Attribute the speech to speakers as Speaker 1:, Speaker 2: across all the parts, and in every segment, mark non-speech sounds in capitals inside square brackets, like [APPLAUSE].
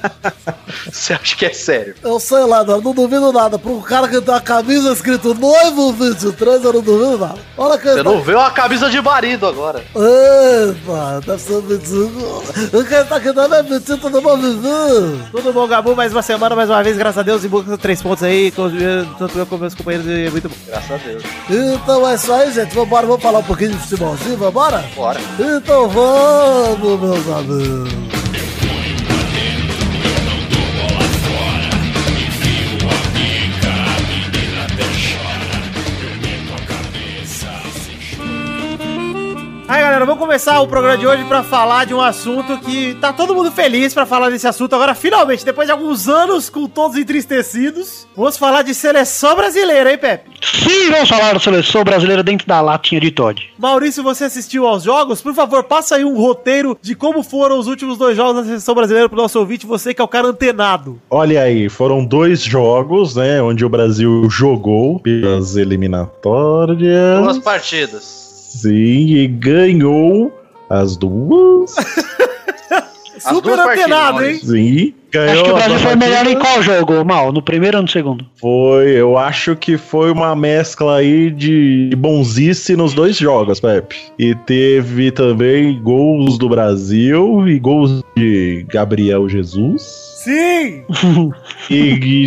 Speaker 1: [LAUGHS] você acha que é sério?
Speaker 2: Eu sei lá, não, não duvido nada. Pra um cara que tem uma camisa escrito noivo 23, eu não duvido nada. Olha que.
Speaker 1: Você não vê uma camisa de marido agora.
Speaker 2: Epa, deve ser 25. O cara tá aqui também, é 25, tudo bom, Dudu?
Speaker 3: Tudo bom, Gabu? Mais uma semana, mais uma vez, graças a Deus, e busca três pontos aí, com, os meus- tanto eu como meus companheiros, e é muito bom.
Speaker 1: Graças a Deus.
Speaker 2: Então é isso aí, gente. Vambora, vamos falar um pouquinho de futebolzinho, vambora?
Speaker 1: Bora.
Speaker 2: Então vamos, meus amigos.
Speaker 3: Aí, galera, vamos começar o programa de hoje pra falar de um assunto que tá todo mundo feliz pra falar desse assunto. Agora, finalmente, depois de alguns anos com todos entristecidos, vamos falar de seleção brasileira, hein, Pepe?
Speaker 4: Sim, vamos falar da seleção brasileira dentro da latinha de Todd.
Speaker 3: Maurício, você assistiu aos jogos? Por favor, passa aí um roteiro de como foram os últimos dois jogos da seleção brasileira pro nosso ouvinte, você que é o cara antenado.
Speaker 5: Olha aí, foram dois jogos, né, onde o Brasil jogou pelas
Speaker 1: Duas
Speaker 5: eliminatórias.
Speaker 1: partidas.
Speaker 5: Sim, e ganhou as duas.
Speaker 1: As
Speaker 3: Super
Speaker 1: duas partidas,
Speaker 3: antenado, hein?
Speaker 1: Maurício.
Speaker 5: Sim,
Speaker 3: É,
Speaker 4: [LAUGHS]
Speaker 5: ganhou
Speaker 4: Acho que o
Speaker 5: as
Speaker 4: Brasil
Speaker 5: duas
Speaker 4: foi melhor em
Speaker 5: partidas.
Speaker 4: qual jogo, Mal? No primeiro ou no segundo?
Speaker 5: Foi, eu acho que foi uma mescla aí de bonzice nos dois jogos, Pepe. E teve também gols do Brasil e gols de Gabriel Jesus
Speaker 3: Sim!
Speaker 5: e,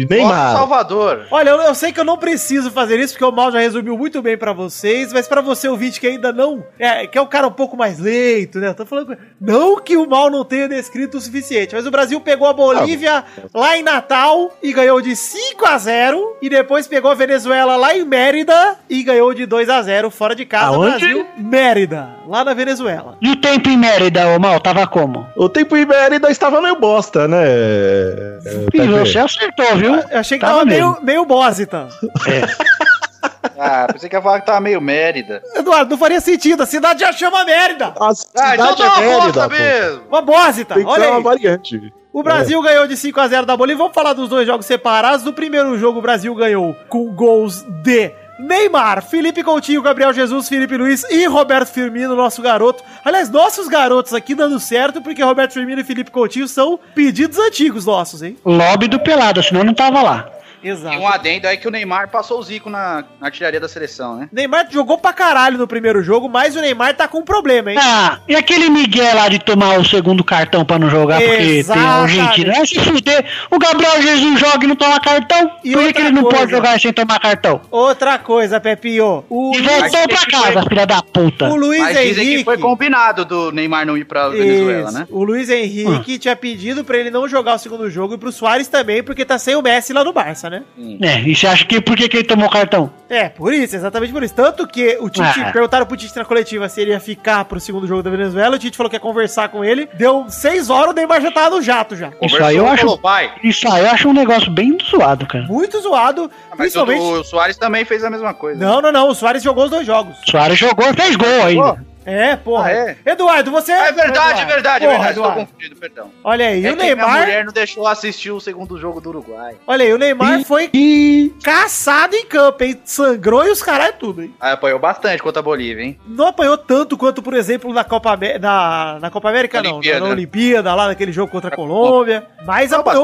Speaker 5: e
Speaker 1: Bora,
Speaker 5: Neymar.
Speaker 1: Salvador.
Speaker 3: Olha, eu, eu sei que eu não preciso fazer isso, porque o Mal já resumiu muito bem pra vocês, mas pra você ouvinte que ainda não. É, que é um cara um pouco mais leito, né? Eu Tô falando. com- Não que o Mal não tenha descrito o suficiente, mas o Brasil pegou a Bolívia
Speaker 5: Ah,
Speaker 3: lá em Natal e ganhou de 5 a 0 e depois pegou a Venezuela lá em Mérida e ganhou de 2 a 0 fora de casa.
Speaker 5: Aonde?
Speaker 3: Brasil, Mérida, lá na Venezuela.
Speaker 4: E o tempo em Mérida, ô Mal, tava como?
Speaker 5: O tempo em Mérida estava meio bosta, né?
Speaker 4: E
Speaker 5: Pepe?
Speaker 4: você acertou, viu?
Speaker 3: Eu achei que
Speaker 4: Tava
Speaker 3: tava, meio,
Speaker 4: mesmo.
Speaker 3: meio bósita.
Speaker 1: Ah, pensei que ia falar que tava meio Mérida.
Speaker 3: Eduardo, não faria sentido, a cidade já chama Mérida.
Speaker 5: A
Speaker 1: Ah, então
Speaker 5: cidade
Speaker 1: dá
Speaker 5: é Então,
Speaker 1: uma
Speaker 5: Mérida,
Speaker 1: bosta
Speaker 5: pô.
Speaker 1: mesmo.
Speaker 3: Uma bósita,
Speaker 5: Tem que
Speaker 3: olha
Speaker 5: ter
Speaker 3: aí.
Speaker 5: uma variante.
Speaker 3: O Brasil ganhou de 5 a 0 da Bolívia. Vamos falar dos dois jogos separados. No primeiro jogo, o Brasil ganhou com gols de Neymar, Felipe Coutinho, Gabriel Jesus, Felipe Luiz e Roberto Firmino, nosso garoto. Aliás, nossos garotos aqui dando certo, porque Roberto Firmino e Felipe Coutinho são pedidos antigos nossos, hein?
Speaker 4: Lobby do Pelada, senão eu não tava lá.
Speaker 3: Exato.
Speaker 1: E um adendo aí que o Neymar passou o Zico na, na artilharia da seleção, né?
Speaker 3: Neymar jogou pra caralho no primeiro jogo, mas o Neymar tá com um problema, hein?
Speaker 4: Ah, e aquele Miguel lá de tomar o segundo cartão pra não jogar porque tem a
Speaker 3: Exatamente.
Speaker 4: Argentina? Vai se fuder. O Gabriel Jesus joga e não toma cartão.
Speaker 3: E
Speaker 4: Por que
Speaker 3: outra
Speaker 4: que ele não
Speaker 3: coisa.
Speaker 4: pode jogar sem tomar cartão?
Speaker 3: Outra coisa, Pepinho. O,
Speaker 4: E
Speaker 3: Luiz-
Speaker 4: voltou pra casa, filha da puta.
Speaker 3: o Luiz
Speaker 1: Mas
Speaker 3: Henrique.
Speaker 1: dizem que foi combinado do Neymar não ir pra Venezuela,
Speaker 3: Isso.
Speaker 1: né?
Speaker 3: O Luiz Henrique tinha pedido pra ele não jogar o segundo jogo e pro Soares também, porque tá sem o Messi lá no Barça, né?
Speaker 4: É, e você acha que por que, que ele tomou cartão?
Speaker 3: É, por isso, exatamente por isso. Tanto que o Tite,
Speaker 4: Ah.
Speaker 3: perguntaram pro Tite na coletiva se ele ia ficar pro segundo jogo da Venezuela, o Tite falou que ia conversar com ele, deu seis horas, o Neymar já tava no jato já.
Speaker 4: Isso aí eu
Speaker 1: Conversou,
Speaker 4: acho.
Speaker 1: falou, Vai.
Speaker 4: Isso aí eu acho um negócio bem zoado, cara.
Speaker 3: Muito zoado,
Speaker 1: Ah, Mas
Speaker 3: principalmente...
Speaker 1: o, o Soares também fez a mesma coisa.
Speaker 3: Não, não, não, o Soares jogou os dois jogos.
Speaker 4: O Soares jogou, fez gol ainda.
Speaker 3: É, porra.
Speaker 1: Ah, é?
Speaker 3: Eduardo, você.
Speaker 1: Ah, é verdade, é
Speaker 3: Eduardo.
Speaker 1: verdade, é
Speaker 3: Porra,
Speaker 1: verdade. Estou
Speaker 3: Eduardo.
Speaker 1: confundido, perdão.
Speaker 3: Olha aí,
Speaker 1: É
Speaker 3: o
Speaker 1: que minha
Speaker 3: Neymar.
Speaker 1: mulher não deixou assistir o segundo jogo do Uruguai.
Speaker 3: Olha aí, o Neymar foi
Speaker 5: E
Speaker 3: caçado em campo, hein? Sangrou e os caralho tudo, hein?
Speaker 1: Ah, apanhou bastante contra a Bolívia, hein?
Speaker 3: Não apanhou tanto quanto, por exemplo, na Copa, Amé- na, na Copa América, não.
Speaker 1: Olimpíada.
Speaker 3: Na Olimpíada, lá naquele jogo contra a Colômbia. Mas
Speaker 1: Não,
Speaker 3: apanhou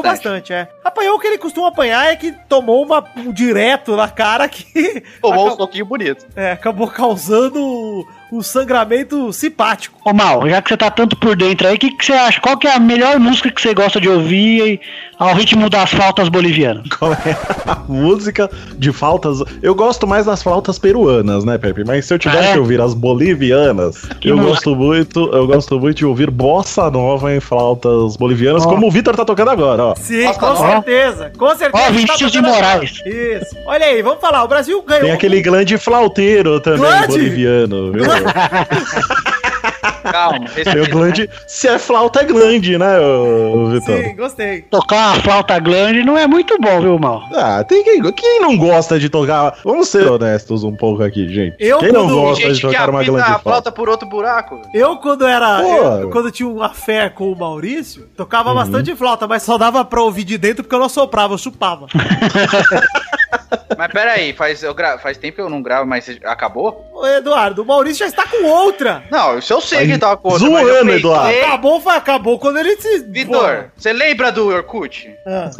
Speaker 1: bastante.
Speaker 3: bastante. é. Apanhou o que ele costuma apanhar, é que tomou uma, um direto na cara que
Speaker 1: Tomou um
Speaker 3: acabou,
Speaker 1: pouquinho bonito.
Speaker 3: é, acabou causando o, o sangramento simpático.
Speaker 4: Ô Mal, já que você tá tanto por dentro aí, o que, que você acha? Qual que é a melhor música que você gosta de ouvir ao ritmo das flautas bolivianas?
Speaker 5: qual é a música de faltas? Eu gosto mais das flautas peruanas, né, Pepe? Mas se eu tiver
Speaker 4: Ah, é?
Speaker 5: que ouvir as bolivianas,
Speaker 4: Que
Speaker 5: eu
Speaker 4: música?
Speaker 5: gosto muito, eu gosto muito de ouvir bossa nova em flautas bolivianas,
Speaker 4: Ó.
Speaker 5: como o Vitor tá tocando agora, ó.
Speaker 3: Sim,
Speaker 1: Nossa,
Speaker 3: com
Speaker 1: não.
Speaker 3: certeza. Com certeza.
Speaker 2: tá
Speaker 3: Tá
Speaker 4: Ó, Vinícius de
Speaker 3: tocando agora.
Speaker 4: Moraes.
Speaker 3: Isso. Olha aí, vamos falar. O Brasil ganhou.
Speaker 5: Tem aquele grande flauteiro também,
Speaker 3: Glande?
Speaker 5: boliviano, viu?
Speaker 1: Calma,
Speaker 5: Meu
Speaker 1: respeita.
Speaker 5: glande, se é flauta é glande, né, ô, Vitor?
Speaker 3: Sim, gostei.
Speaker 4: Tocar uma flauta grande não é muito bom, viu, Mal?
Speaker 5: Ah, tem quem, quem não gosta de tocar. Vamos ser honestos um pouco aqui, gente.
Speaker 3: Eu,
Speaker 5: quem não
Speaker 3: quando-
Speaker 5: gosta
Speaker 1: tipo Gente
Speaker 5: de
Speaker 1: que
Speaker 5: tocar é uma
Speaker 1: apita
Speaker 5: grande
Speaker 1: a
Speaker 5: flauta?
Speaker 1: flauta por outro buraco. velho.
Speaker 3: Eu, quando era.
Speaker 5: Pô.
Speaker 3: eu, quando tinha uma fé com o Maurício, tocava bastante flauta, mas só dava pra ouvir de dentro porque eu não soprava, eu chupava.
Speaker 1: Mas peraí, faz, eu gra- faz tempo que eu não gravo, mas acabou?
Speaker 3: Ô, Eduardo, o Maurício já está com outra.
Speaker 1: Não, isso eu sei
Speaker 5: Mas
Speaker 1: que tava com outra,
Speaker 5: zoando,
Speaker 1: mas eu pensei-
Speaker 5: Eduardo.
Speaker 3: Acabou, foi, acabou quando ele se.
Speaker 1: Vitor, você lembra do Orkut?
Speaker 3: Pô. Ah,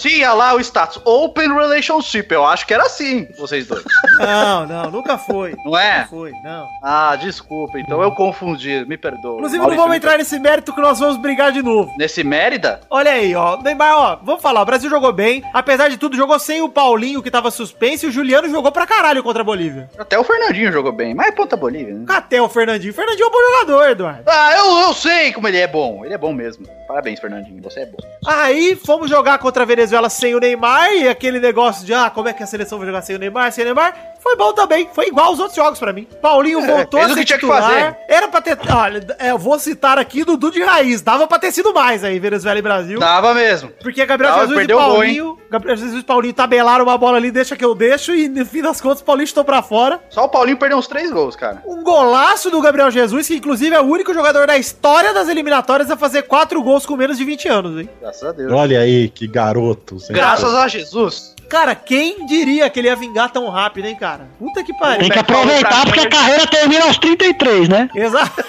Speaker 1: Tinha lá o status Open Relationship, eu acho que era assim, vocês dois.
Speaker 3: Não, não, nunca foi.
Speaker 1: Não é?
Speaker 5: [LAUGHS]
Speaker 3: Nunca foi, não.
Speaker 1: Ah, desculpa, então eu confundi, me perdoa.
Speaker 3: Inclusive,
Speaker 1: Maurício,
Speaker 3: não vamos
Speaker 1: me
Speaker 3: entrar nesse mérito que nós vamos brigar de novo.
Speaker 1: perdoa. Nesse Mérida?
Speaker 3: Olha aí, ó. Neymar, ó, vamos falar, o Brasil jogou bem. Apesar de tudo, jogou sem o Paulinho, que tava suspenso, e o Juliano jogou pra caralho contra a Bolívia.
Speaker 1: Até o Fernandinho jogou bem, mas é ponta Bolívia, né?
Speaker 3: Até o Fernandinho. O Fernandinho é um bom jogador, Eduardo.
Speaker 1: Ah, eu, eu sei como ele é bom. Ele é bom mesmo. Parabéns, Fernandinho. Você é bom.
Speaker 3: Aí fomos jogar contra a Venezuela sem o Neymar e aquele negócio de ah, como é que a seleção vai jogar sem o Neymar, sem o Neymar? Foi bom também, foi igual aos outros jogos pra mim. Paulinho
Speaker 1: É,
Speaker 3: voltou
Speaker 1: fez
Speaker 3: a
Speaker 1: o
Speaker 3: ser
Speaker 1: que tinha que fazer.
Speaker 3: Era pra ter, olha, é, eu vou citar aqui Dudu de raiz, dava pra ter sido mais aí Venezuela e Brasil.
Speaker 1: Dava mesmo.
Speaker 3: Porque Gabriel
Speaker 1: Dava,
Speaker 3: Jesus e
Speaker 1: perdeu o gol,
Speaker 3: Paulinho, Gabriel Jesus e Paulinho tabelaram uma bola ali, deixa que eu deixo e no fim das contas Paulinho estou pra fora.
Speaker 1: Só o Paulinho perdeu uns três gols, cara.
Speaker 3: Um golaço do Gabriel Jesus, que inclusive é o único jogador da história das eliminatórias a fazer quatro gols com menos de 20 anos, hein?
Speaker 1: Graças a Deus.
Speaker 5: Olha aí, que garoto. sem
Speaker 1: Graças a Jesus.
Speaker 3: Cara, quem diria que ele ia vingar tão rápido, hein, cara? Puta que
Speaker 4: Tem
Speaker 3: pariu.
Speaker 4: que aproveitar porque a carreira termina aos 33, né?
Speaker 3: Exato.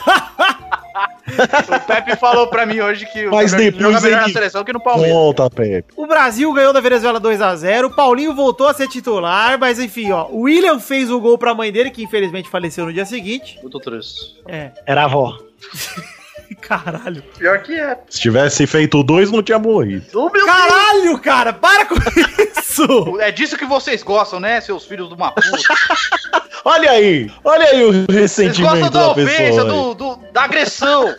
Speaker 1: O Pepe falou pra mim hoje que o
Speaker 5: Mas
Speaker 1: Fernandinho
Speaker 5: depois
Speaker 1: joga melhor na
Speaker 5: ele-
Speaker 1: seleção que no
Speaker 5: pau.
Speaker 1: Palmeiras.
Speaker 5: Volta, Pepe.
Speaker 3: O Brasil ganhou da Venezuela 2 a 0 O Paulinho voltou a ser titular, mas enfim, ó. O William fez o gol pra mãe dele, que infelizmente faleceu no dia seguinte.
Speaker 1: Muito triste.
Speaker 3: É.
Speaker 4: Era a avó.
Speaker 3: Caralho.
Speaker 1: Pior que é.
Speaker 5: Se tivesse feito dois, não tinha morrido.
Speaker 1: Do meu
Speaker 3: Caralho, cara!
Speaker 1: [LAUGHS]
Speaker 3: Para com isso!
Speaker 1: É disso que vocês gostam, né, seus filhos de uma puta?
Speaker 5: Olha aí, olha aí o
Speaker 1: Vocês
Speaker 5: ressentimento
Speaker 1: gostam
Speaker 5: da
Speaker 1: da ofensa,
Speaker 5: pessoa. aí.
Speaker 1: do, do- da
Speaker 3: [LAUGHS]
Speaker 1: agressão.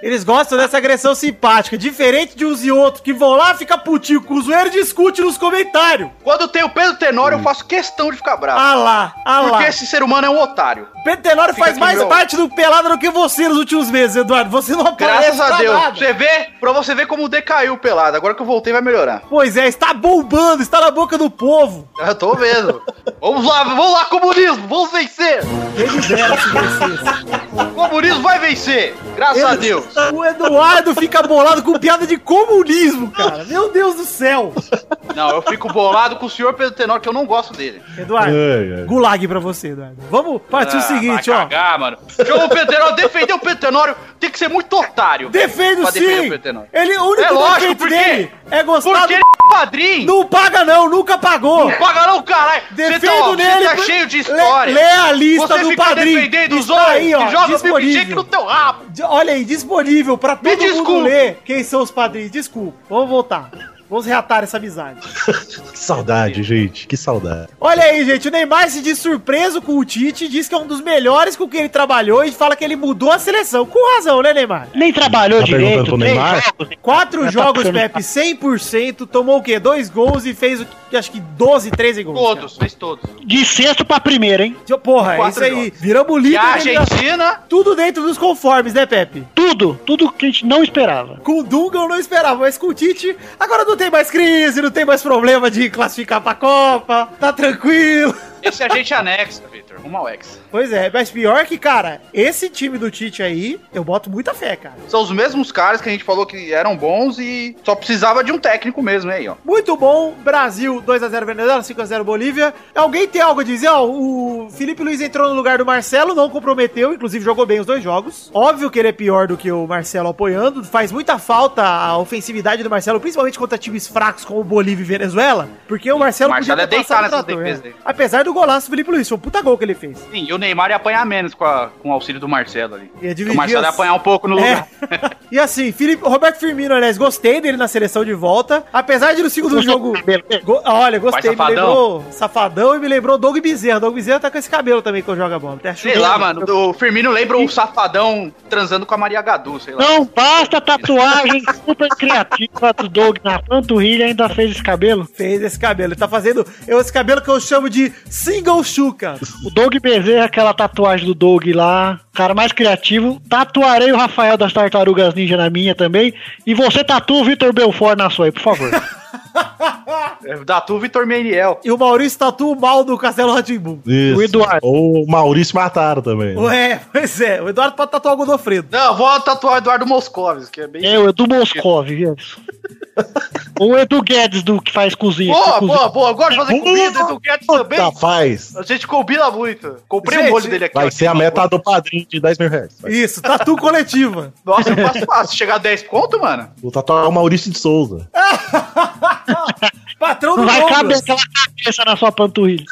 Speaker 3: Eles gostam dessa agressão simpática, diferente de uns e outros que vão lá, fica putinho com o zoeiro e discute nos comentários.
Speaker 1: Quando tem o Pedro Tenório, eu faço questão de ficar bravo.
Speaker 3: Ah lá, Hum. ah lá. Tá
Speaker 1: porque esse ser humano é um otário.
Speaker 3: Pedro Tenório
Speaker 1: Fica
Speaker 3: faz
Speaker 1: aqui,
Speaker 3: mais
Speaker 1: meu.
Speaker 3: parte do Pelada do que você nos últimos meses, Eduardo. Você não aparece
Speaker 1: Graças a
Speaker 3: pra
Speaker 1: Deus.
Speaker 3: nada.
Speaker 1: Você vê, pra você ver como decaiu o pelado. Agora que eu voltei, vai melhorar.
Speaker 3: Pois é, está bombando, está na boca do povo.
Speaker 1: Eu tô mesmo. [LAUGHS] vamos lá, vamos lá, comunismo, vamos vencer.
Speaker 3: Ele dera se vencesse.
Speaker 1: O [LAUGHS] comunismo vai vencer, graças a Deus.
Speaker 3: O Eduardo fica bolado com piada de comunismo, cara. Meu Deus do céu.
Speaker 1: Não, eu fico bolado com o senhor Pedro Tenório, que eu não gosto dele. Ah,
Speaker 3: Eduardo,
Speaker 5: Ai, ai.
Speaker 3: gulag pra você, Eduardo. Vamos partir é o seguinte, ó.
Speaker 1: Cagar, mano. Jogo o Pedro Tenório, defender o Pedro Tenório tem que ser muito otário.
Speaker 3: Defende
Speaker 1: Pra
Speaker 3: o
Speaker 1: defender
Speaker 3: sim.
Speaker 1: o Pedro Tenório.
Speaker 3: Ele, o único
Speaker 1: É lógico,
Speaker 3: defeito
Speaker 1: porque-
Speaker 3: dele é gostar
Speaker 1: Porque
Speaker 3: do...
Speaker 1: ele é padrinho.
Speaker 3: Não paga não, nunca pagou.
Speaker 1: Paga não, caralho. Você
Speaker 3: Defendo
Speaker 1: tá, ó, você
Speaker 3: nele.
Speaker 1: tá
Speaker 3: pra-
Speaker 1: cheio de
Speaker 3: Lê-
Speaker 1: história.
Speaker 3: Lê, a lista
Speaker 1: você
Speaker 3: do
Speaker 1: fica
Speaker 3: padrinho.
Speaker 1: defendendo os
Speaker 3: Está
Speaker 1: outros
Speaker 3: aí, ó,
Speaker 1: e joga o milkshake
Speaker 3: disponível.
Speaker 1: no teu rabo.
Speaker 3: De- Olha aí, disponível pra todo
Speaker 1: Me
Speaker 3: mundo
Speaker 1: desculpe.
Speaker 3: ler quem são os padrinhos. Desculpa, vamos voltar. Vamos reatar essa amizade.
Speaker 5: é. Que saudade, gente, que saudade.
Speaker 3: Olha aí, gente, o Neymar se diz surpreso com o Tite, diz que é um dos melhores com quem ele trabalhou e fala que ele mudou a seleção. Com razão, né, Neymar?
Speaker 4: Nem trabalhou
Speaker 5: Tá
Speaker 4: direito.
Speaker 5: perguntando pro
Speaker 4: três
Speaker 5: Neymar?
Speaker 4: jogos.
Speaker 3: Quatro
Speaker 4: Já tá
Speaker 3: jogos,
Speaker 4: ficando-
Speaker 3: Pepe, 100%, tomou o quê? Dois gols e fez, o que- acho que 12, 13 gols.
Speaker 1: Todos, fez todos.
Speaker 4: De sexto pra primeiro, hein?
Speaker 3: cara. Porra, é isso
Speaker 1: Quatro
Speaker 3: aí. Viramos
Speaker 1: E
Speaker 3: líder.
Speaker 1: a
Speaker 3: da eliminação.
Speaker 1: Argentina,
Speaker 3: Tudo dentro dos conformes, né, Pepe?
Speaker 4: Tudo, tudo que a gente não esperava.
Speaker 3: Com o Dunga eu não esperava, mas com o Tite agora não tem mais crise, não tem mais problema de classificar pra Copa, tá tranquilo. [LAUGHS]
Speaker 1: Esse a gente anexa, Victor. Rumo ao ex.
Speaker 3: Pois é, mas pior que, cara, esse time do Tite aí, eu boto muita fé, cara.
Speaker 1: São os mesmos caras que a gente falou que eram bons e só precisava de um técnico mesmo aí, ó.
Speaker 3: Muito bom, Brasil 2x0 Venezuela, 5x0 Bolívia. Alguém tem algo a dizer? Ó, o Felipe Luiz entrou no lugar do Marcelo, não comprometeu, inclusive jogou bem os dois jogos. Óbvio que ele é pior do que o Marcelo apoiando, faz muita falta a ofensividade do Marcelo, principalmente contra times fracos como Bolívia e Venezuela, porque o Marcelo,
Speaker 1: Marcelo é deitar
Speaker 3: passado o
Speaker 1: nessas
Speaker 3: trator,
Speaker 1: defesas
Speaker 3: é.
Speaker 1: aí.
Speaker 3: Apesar do golaço do Felipe Luiz, foi um puta gol que ele fez.
Speaker 1: Sim, e o Neymar ia apanhar menos com, a- com o auxílio do Marcelo ali.
Speaker 3: Ia dividir
Speaker 1: o Marcelo ia
Speaker 3: as-
Speaker 1: apanhar um pouco no lugar.
Speaker 3: É. [LAUGHS] e assim, Felipe, Roberto Firmino, aliás, gostei dele na seleção de volta. Apesar de no segundo jogo.
Speaker 4: é
Speaker 3: Go- olha, gostei, me
Speaker 1: safadão.
Speaker 3: lembrou Safadão e me lembrou Doug Bezerra. Doug Bezerra tá com esse cabelo também que eu jogo a bola. Até
Speaker 1: Sei
Speaker 3: acho-
Speaker 1: lá, mano. O Firmino lembra um safadão transando com a Maria Gadu, sei lá.
Speaker 4: Não basta a tatuagem super criativa do Doug na panturrilha ainda fez esse cabelo.
Speaker 3: Fez esse cabelo. Ele tá fazendo eu- esse cabelo que eu chamo de single chuca.
Speaker 4: O Doug Bezerra, aquela tatuagem do Doug lá, cara mais criativo. Tatuarei o Rafael das Tartarugas Ninja na minha também. E você tatua o Vitor Belfort na sua aí, por favor.
Speaker 1: É, Datu Vitor Meniel.
Speaker 3: E o Maurício tatua o mal do Castelo Rotimbu.
Speaker 5: Isso.
Speaker 4: O Eduardo.
Speaker 5: Ou o Maurício mataram também. né?
Speaker 3: Ué, pois é. O Eduardo pode tatuar o Godofredo.
Speaker 1: Não, vou tatuar o Eduardo Moscovis, que é bem.
Speaker 4: é o Edu Moscov, isso. Ou o Edu Guedes do que faz cozinha. que
Speaker 1: Boa,
Speaker 4: cozinha.
Speaker 1: boa, boa. Eu gosto de fazer comida, Edu Guedes também.
Speaker 5: Tá, faz.
Speaker 1: A gente combina muito. Comprei
Speaker 3: Gente,
Speaker 1: o molho dele aqui. ó.
Speaker 5: Vai ser a meta do padrinho de 10 mil reais. Vai.
Speaker 3: Isso, tatu coletiva.
Speaker 1: Nossa, eu faço fácil. Chegar a 10 conto, mano.
Speaker 5: Vou tatuar o Maurício de Souza.
Speaker 3: Patrão do
Speaker 4: Não vai caber
Speaker 3: Douglas.
Speaker 4: aquela cabeça na sua panturrilha.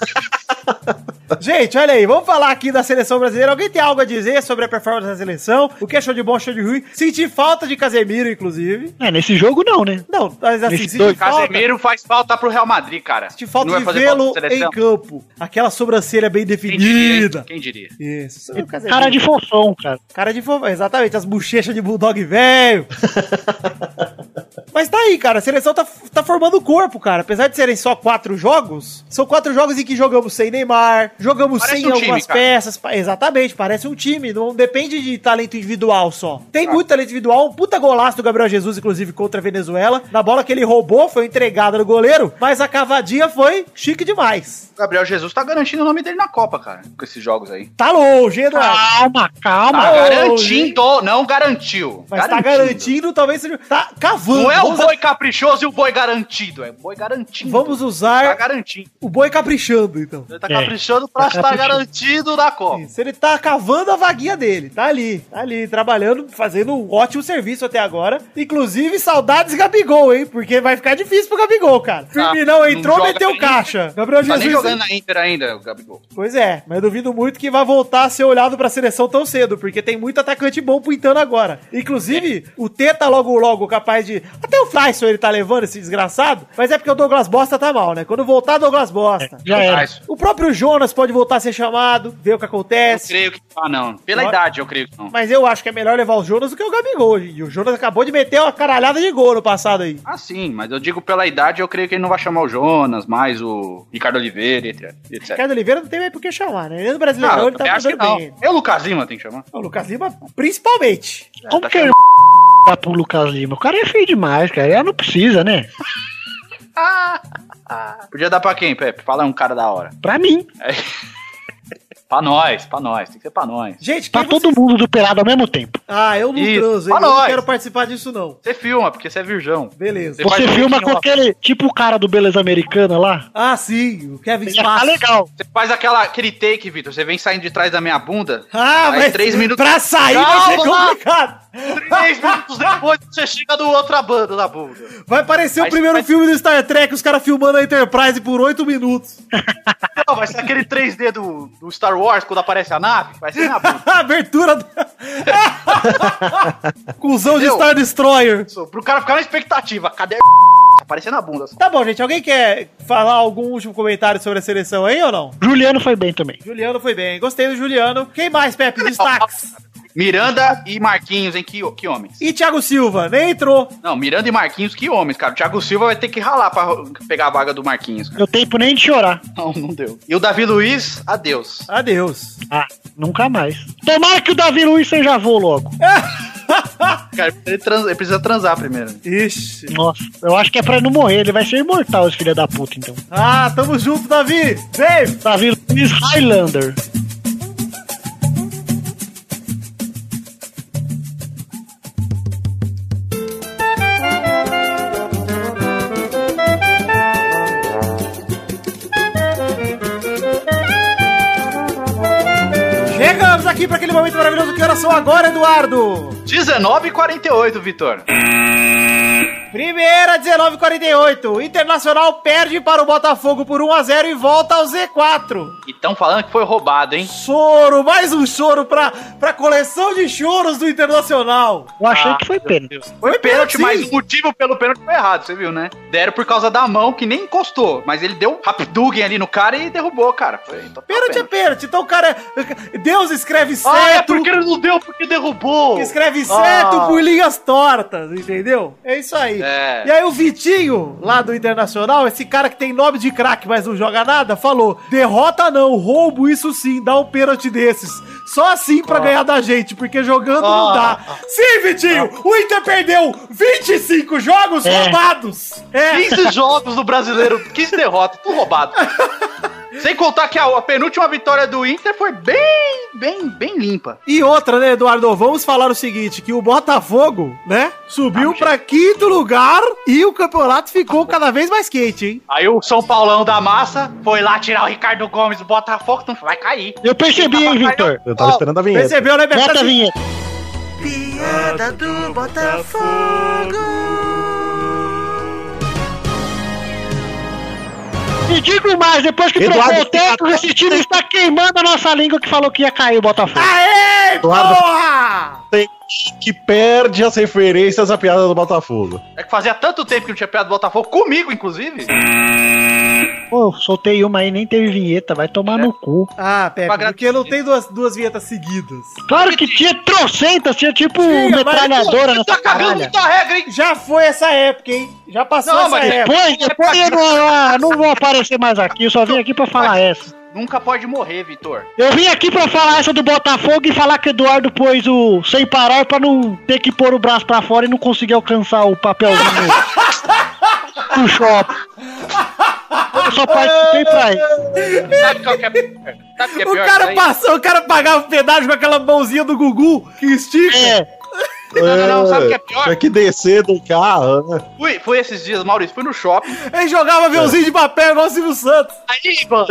Speaker 3: Gente, olha aí, vamos falar aqui da seleção brasileira. Alguém tem algo a dizer sobre a performance da seleção? O que achou de bom, achou de ruim? Senti falta de Casemiro, inclusive.
Speaker 4: É, nesse jogo não, né?
Speaker 3: Não, mas assim,
Speaker 4: Esses
Speaker 3: senti
Speaker 4: dois.
Speaker 3: falta.
Speaker 1: Casemiro faz falta pro Real Madrid, cara.
Speaker 3: Senti falta
Speaker 1: Não
Speaker 3: de
Speaker 1: vai fazer
Speaker 3: vê-lo
Speaker 1: falta pra
Speaker 3: em
Speaker 1: seleção.
Speaker 3: campo. Aquela sobrancelha bem
Speaker 1: Quem diria?
Speaker 3: definida.
Speaker 1: Quem diria?
Speaker 3: Isso, sobre o Casemiro.
Speaker 4: Cara de fofão, cara.
Speaker 3: Cara de fofo, exatamente, as bochechas de
Speaker 1: [LAUGHS]
Speaker 3: bulldog velho. Mas tá aí, cara, a seleção tá, tá formando o corpo, cara. Apesar de serem só quatro jogos, são quatro jogos em que jogamos sem Neymar, jogamos
Speaker 1: Parece
Speaker 3: sem
Speaker 1: um time,
Speaker 3: algumas
Speaker 1: cara.
Speaker 3: peças. Pa- Exatamente, parece um time, não depende de talento individual só.
Speaker 1: Tá.
Speaker 3: Tem muito talento individual, um puta golaço do Gabriel Jesus, inclusive, contra a Venezuela. Na bola que ele roubou, foi entregada no goleiro, mas a cavadinha foi chique demais.
Speaker 1: O Gabriel Jesus tá garantindo o nome dele na Copa, cara. Com esses jogos aí.
Speaker 3: Tá longe, hein, Eduardo.
Speaker 4: Calma,
Speaker 1: Tá
Speaker 4: calma.
Speaker 3: Ah,
Speaker 1: garantindo, não garantiu.
Speaker 3: Mas tá garantindo, talvez seja. Tá cavando.
Speaker 1: Não é o
Speaker 3: Vamos-
Speaker 1: boi caprichoso e o boi garantido, é boi garantindo.
Speaker 3: Vamos
Speaker 1: Tá
Speaker 3: usar
Speaker 1: garantindo.
Speaker 3: o boi caprichando, então.
Speaker 1: Ele tá
Speaker 4: É.
Speaker 1: caprichando pra
Speaker 4: Tá
Speaker 1: estar
Speaker 4: caprichando.
Speaker 1: garantido na Copa.
Speaker 3: Isso, ele tá cavando a vaguinha dele. Tá ali, tá ali, trabalhando, fazendo um ótimo serviço até agora. Inclusive, saudades Gabigol, hein? Porque vai ficar difícil pro Gabigol, cara. Firminão
Speaker 1: Tá, não
Speaker 3: entrou,
Speaker 1: joga
Speaker 3: meteu
Speaker 1: ainda.
Speaker 3: caixa. Gabriel
Speaker 1: Tá nem
Speaker 3: Jesus.
Speaker 1: jogando
Speaker 4: é.
Speaker 1: na Inter ainda, o Gabigol.
Speaker 3: Pois é, mas duvido muito que vai voltar a ser olhado pra seleção tão cedo, porque tem muito atacante bom pintando agora. Inclusive, o Teta logo logo capaz de. Até o Flyson ele tá levando esse desgraçado, mas é porque o Douglas Bosta tá mal, né? Quando voltar, Douglas
Speaker 1: é
Speaker 3: Bosta.
Speaker 4: Já era.
Speaker 1: Mas
Speaker 3: O próprio Jonas pode voltar a ser chamado, ver o que
Speaker 1: Eu
Speaker 3: acontece.
Speaker 1: creio que ah, não. Pela
Speaker 3: Ó.
Speaker 1: idade, eu creio que não.
Speaker 3: Mas eu acho que é melhor levar o Jonas do que o Gabigol. hoje em dia. O Jonas acabou de meter uma caralhada de gol no passado aí.
Speaker 1: Ah, sim, mas eu digo pela idade, eu creio que ele não vai chamar o Jonas, mais o Ricardo Oliveira, etc. etc.
Speaker 3: Ricardo Oliveira não tem mais por que chamar, né? Ele é do Brasileirão,
Speaker 1: Ah, eu
Speaker 3: ele tá
Speaker 1: também acho que
Speaker 3: jogando bem.
Speaker 1: não. É o Lucas Lima tem que chamar.
Speaker 3: O Lucas Lima, principalmente.
Speaker 4: Como
Speaker 1: tá
Speaker 4: que ele dá pro Lucas Lima? O cara é feio demais, cara. Ela não precisa, né?
Speaker 1: Podia dar pra quem, Pepe? Fala um cara da hora.
Speaker 4: Pra mim.
Speaker 1: Pra nós, pra nós, tem que ser pra nós.
Speaker 3: Gente,
Speaker 4: Pra
Speaker 3: quem
Speaker 4: todo
Speaker 3: vocês-
Speaker 4: mundo duperado ao mesmo tempo.
Speaker 3: Ah, eu não
Speaker 1: Isso,
Speaker 3: transo,
Speaker 1: pra
Speaker 3: hein? Eu não
Speaker 1: nós.
Speaker 3: quero participar disso, não.
Speaker 1: Você filma, porque você é virgão.
Speaker 3: Beleza.
Speaker 1: Você
Speaker 4: Você
Speaker 1: faz
Speaker 4: filma
Speaker 1: um
Speaker 4: com aquele. Tipo o cara do Beleza Americana lá.
Speaker 3: Ah, sim, o Kevin
Speaker 1: é
Speaker 4: Ia ficar
Speaker 3: Spass.
Speaker 4: legal.
Speaker 1: Você faz aquela, aquele take, Vitor. Você vem saindo de trás da minha
Speaker 3: [LAUGHS]
Speaker 1: bunda.
Speaker 3: Ah,
Speaker 1: Tá Aí
Speaker 3: mas
Speaker 1: três minutos-
Speaker 3: pra sair vai ser
Speaker 1: Calma lá.
Speaker 3: complicado.
Speaker 1: Três minutos depois você chega do outra banda da bunda.
Speaker 3: Vai parecer o
Speaker 1: Aí
Speaker 3: primeiro
Speaker 1: vai-
Speaker 3: filme do Star Trek, os caras filmando a Enterprise por oito minutos. [LAUGHS]
Speaker 1: Não, vai ser aquele 3D do, do Star Wars quando aparece a nave. Vai ser na bunda.
Speaker 3: A abertura do... [LAUGHS] Cusão de
Speaker 1: Meu.
Speaker 3: Star Destroyer.
Speaker 1: Isso, Pro cara ficar na expectativa. Cadê a [LAUGHS] aparecer na bunda? só.
Speaker 3: Tá bom, gente. Alguém quer falar algum último comentário sobre a seleção aí ou não?
Speaker 4: Juliano foi bem também.
Speaker 3: Juliano foi bem. Gostei do Juliano. Quem mais, Pepe? Destaques.
Speaker 1: Miranda e Marquinhos, hein? Que, que homens.
Speaker 3: E Thiago Silva. Nem entrou.
Speaker 1: Não, Miranda e Marquinhos, que homens, cara. O Thiago Silva vai ter que ralar pra ro- pegar a vaga do Marquinhos. cara.
Speaker 4: Não tem tempo nem de chorar.
Speaker 1: Não, não deu. E o Davi Luiz, adeus.
Speaker 3: Adeus. [LAUGHS]
Speaker 4: Ah, nunca mais. Tomara que o Davi Luiz seja avô logo.
Speaker 1: Cara, ele, trans- ele precisa transar primeiro.
Speaker 3: Ixi.
Speaker 4: Nossa, eu acho que é pra ele não morrer, ele vai ser imortal, esse filho da puta, então.
Speaker 3: Ah, tamo junto, Davi! Dave!
Speaker 4: Davi Luiz Highlander.
Speaker 3: Chegamos aqui pra aquele momento maravilhoso que horas são agora, Eduardo!
Speaker 1: 19 e 48, Vitor.
Speaker 3: Primeira, 19h48. Internacional perde para o Botafogo por 1x0 e volta ao Z4.
Speaker 1: E tão falando que foi roubado, hein?
Speaker 3: Choro, mais um choro pra, pra coleção de choros do Internacional.
Speaker 4: Eu achei
Speaker 1: Ah,
Speaker 4: que foi pênalti.
Speaker 3: Foi assim.
Speaker 1: Pênalti,
Speaker 3: sim.
Speaker 1: mas o motivo pelo pênalti foi errado, você viu, né? Deram por causa da mão que nem encostou, mas ele deu um rapidugem ali no cara e derrubou, cara. Foi total
Speaker 3: Pênalti é pênalti. Então, o cara, Deus escreve certo.
Speaker 1: Ah, é porque ele não deu, porque derrubou.
Speaker 3: Escreve certo
Speaker 1: Ah.
Speaker 3: por linhas tortas, entendeu? É isso aí.
Speaker 1: É.
Speaker 3: E aí o Vitinho, lá do Internacional, esse cara que tem nome de craque, mas não joga nada, falou: derrota não, roubo isso sim, dá um pênalti desses. Só assim pra ganhar da gente, porque jogando não
Speaker 1: Ah.
Speaker 3: dá. Sim, Vitinho, o Inter perdeu 25 jogos
Speaker 4: É.
Speaker 3: roubados. É.
Speaker 1: 15 [LAUGHS] jogos do brasileiro, 15 derrotas, tudo
Speaker 3: [LAUGHS]
Speaker 1: roubado. Sem contar que a, a penúltima vitória do Inter foi bem, bem, bem limpa.
Speaker 3: E outra, né, Eduardo? Vamos falar o seguinte: que o Botafogo, né,
Speaker 1: Tá,
Speaker 3: subiu pra quinto lugar e o campeonato ficou cada vez mais quente, hein?
Speaker 1: Aí o São Paulão da massa foi lá tirar o Ricardo Gomes do Botafogo, não vai cair.
Speaker 4: Eu percebi, hein,
Speaker 1: tá
Speaker 4: Vitor?
Speaker 5: Eu tava
Speaker 1: Ó,
Speaker 5: esperando a vinheta.
Speaker 3: Percebeu, né,
Speaker 4: Bota a
Speaker 3: Bertazzi?
Speaker 4: vinheta.
Speaker 2: Piada do Botafogo.
Speaker 4: E digo mais, depois que
Speaker 5: Eduardo,
Speaker 4: trocou o
Speaker 1: tá
Speaker 4: técnico, esse time está queimando a nossa língua que falou que ia cair o
Speaker 1: Ah!
Speaker 4: Botafogo.
Speaker 3: Aê,
Speaker 5: Eduardo.
Speaker 3: porra!
Speaker 5: Tem que perde as referências à piada do Botafogo.
Speaker 1: É que fazia tanto tempo que não tinha piada do Botafogo, comigo, inclusive.
Speaker 4: Pô, soltei uma aí, nem teve vinheta, vai
Speaker 1: É.
Speaker 4: tomar no cu.
Speaker 3: Ah, Pepe,
Speaker 1: Pra
Speaker 3: porque não tem duas, duas vinhetas seguidas.
Speaker 4: Claro que tinha trocentas, tinha tipo
Speaker 3: mas-
Speaker 4: metralhadora
Speaker 1: Você
Speaker 4: nessa
Speaker 1: tá cagando
Speaker 4: caralha.
Speaker 1: muita regra, hein?
Speaker 3: Já foi essa época, hein? Já passou
Speaker 1: Não,
Speaker 3: essa
Speaker 1: mas-
Speaker 3: época.
Speaker 4: Depois,
Speaker 1: tá
Speaker 4: depois eu não, ah, não vou aparecer mais aqui, eu só vim aqui pra falar essa.
Speaker 1: Nunca pode morrer, Vitor.
Speaker 4: Eu vim aqui pra falar essa do Botafogo e falar que o Eduardo pôs o sem parar pra não ter que pôr o braço pra fora e não conseguir alcançar o
Speaker 1: [LAUGHS]
Speaker 4: papelzinho do shopping. Eu só participei pra isso.
Speaker 1: Sabe qual que é pior? Sabe o que é
Speaker 3: [LAUGHS] O
Speaker 1: pior?
Speaker 3: cara
Speaker 1: Aí-
Speaker 3: passou, o cara pagava o pedágio com aquela mãozinha do Gugu que estica.
Speaker 4: É,
Speaker 1: Não, não, não, sabe o que é pior?
Speaker 5: Tinha que descer do carro, né?
Speaker 1: Fui, fui esses dias, Maurício, fui no shopping.
Speaker 3: Ele jogava aviãozinho de papel igual o Silvio Santos.
Speaker 1: Aí, mano.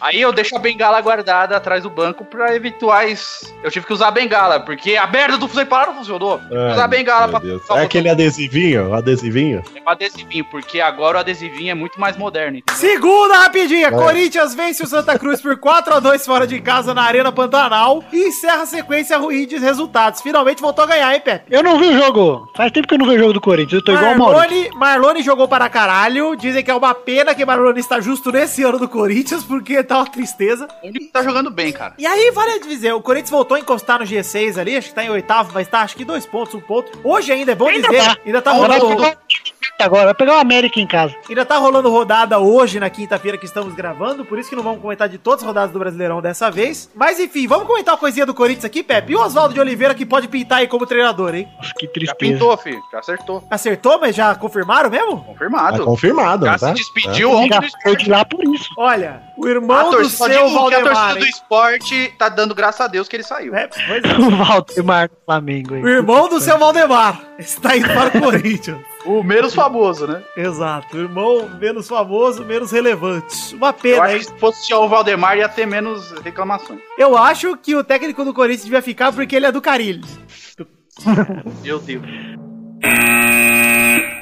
Speaker 1: Aí eu deixo a bengala guardada atrás do banco pra eventuais. Eu tive que usar a bengala, porque a merda do sem parar não funcionou. Tive que
Speaker 5: Ai,
Speaker 1: usar a bengala
Speaker 5: Ah, meu
Speaker 1: pra,
Speaker 5: Deus.
Speaker 1: pra
Speaker 5: É aquele adesivinho, adesivinho.
Speaker 1: botar- pra adesivinho, porque agora o adesivinho é muito mais moderno. entendeu?
Speaker 3: Segunda rapidinha,
Speaker 5: Vai.
Speaker 3: Corinthians vence o Santa Cruz por 4x2 fora de casa na Arena Pantanal e encerra a sequência ruim de resultados. Finalmente voltou a ganhar, hein, Pepe?
Speaker 4: eu não vi o jogo. Faz tempo que eu não vejo o jogo do Corinthians, eu tô
Speaker 3: Ah,
Speaker 4: igual o Mauro.
Speaker 3: Marlone, Marlone jogou para caralho. Dizem que é uma pena que Marlone está justo nesse ano do Corinthians, porque tá uma tristeza.
Speaker 1: O único que tá jogando bem, cara.
Speaker 3: E aí, vale dizer, o Corinthians voltou a encostar no G6 ali, acho que tá em oitavo, mas tá acho que dois pontos, um ponto. Hoje ainda, é bom
Speaker 4: Ainda
Speaker 3: dizer,
Speaker 4: tá.
Speaker 3: ainda tá
Speaker 4: Agora vai pegar
Speaker 3: rolando.
Speaker 4: o Agora, vai pegar o América em casa.
Speaker 3: Ainda tá rolando rodada hoje, na quinta-feira que estamos gravando, por isso que não vamos comentar de todas as rodadas do Brasileirão dessa vez. Mas enfim, vamos comentar uma coisinha do Corinthians aqui, Pepe. E o Oswaldo de Oliveira que pode pintar aí como treinador, hein?
Speaker 4: Nossa, que
Speaker 1: Já
Speaker 4: tristeza.
Speaker 1: pintou, filho. Já acertou.
Speaker 3: Acertou, mas já confirmaram mesmo?
Speaker 5: Tá
Speaker 1: Confirmado.
Speaker 5: confirmado,
Speaker 1: já
Speaker 5: não tá?
Speaker 1: se despediu ontem né?
Speaker 4: Já
Speaker 1: do
Speaker 4: foi de
Speaker 1: esporte.
Speaker 4: lá por isso. [LAUGHS]
Speaker 3: Olha, o
Speaker 1: A
Speaker 3: irmão do
Speaker 1: torcida, só
Speaker 3: seu
Speaker 1: digo que a
Speaker 3: Valdemar.
Speaker 1: torcida do
Speaker 3: hein?
Speaker 1: esporte tá dando graças a Deus que ele saiu.
Speaker 3: É, pois é.
Speaker 4: O Valdemar do Flamengo
Speaker 3: O
Speaker 4: aí.
Speaker 3: irmão do seu Valdemar está indo para o Corinthians.
Speaker 1: O menos famoso, né?
Speaker 3: Exato. O irmão menos famoso, menos relevante. Uma
Speaker 1: Eu
Speaker 3: pena,
Speaker 1: acho que
Speaker 3: hein?
Speaker 1: se fosse tirar o Valdemar ia ter menos reclamações.
Speaker 3: Eu acho que o técnico do Corinthians devia ficar porque ele é do Carilho.
Speaker 1: Meu Deus.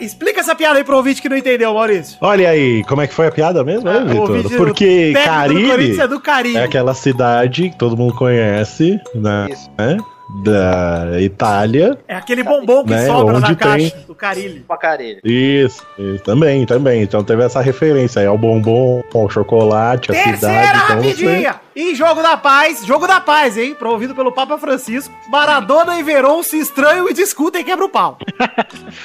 Speaker 3: Explica essa piada aí pro ouvinte que não entendeu, Maurício.
Speaker 5: Olha aí, como é que foi a piada mesmo,
Speaker 3: Ah,
Speaker 5: hein,
Speaker 3: o
Speaker 5: Vitor?
Speaker 3: vídeo-
Speaker 5: Porque
Speaker 3: o técnico do
Speaker 5: Cariri
Speaker 3: Corinthians é do Carilho.
Speaker 5: é aquela cidade que todo mundo conhece, né?
Speaker 1: Isso.
Speaker 5: né, Da Itália.
Speaker 3: É aquele bombom que
Speaker 5: Né,
Speaker 3: sobra na
Speaker 5: onde
Speaker 3: caixa do Carilho.
Speaker 1: Pra carelha.
Speaker 5: Isso, isso, também, também. Então teve essa referência aí ao bombom, ao chocolate, à
Speaker 3: Terceira
Speaker 5: cidade. Então, você-
Speaker 3: rapidinha! Em Jogo da Paz, Jogo da Paz, hein? Promovido pelo Papa Francisco, Maradona e Verón se estranham e discutem e quebra o pau.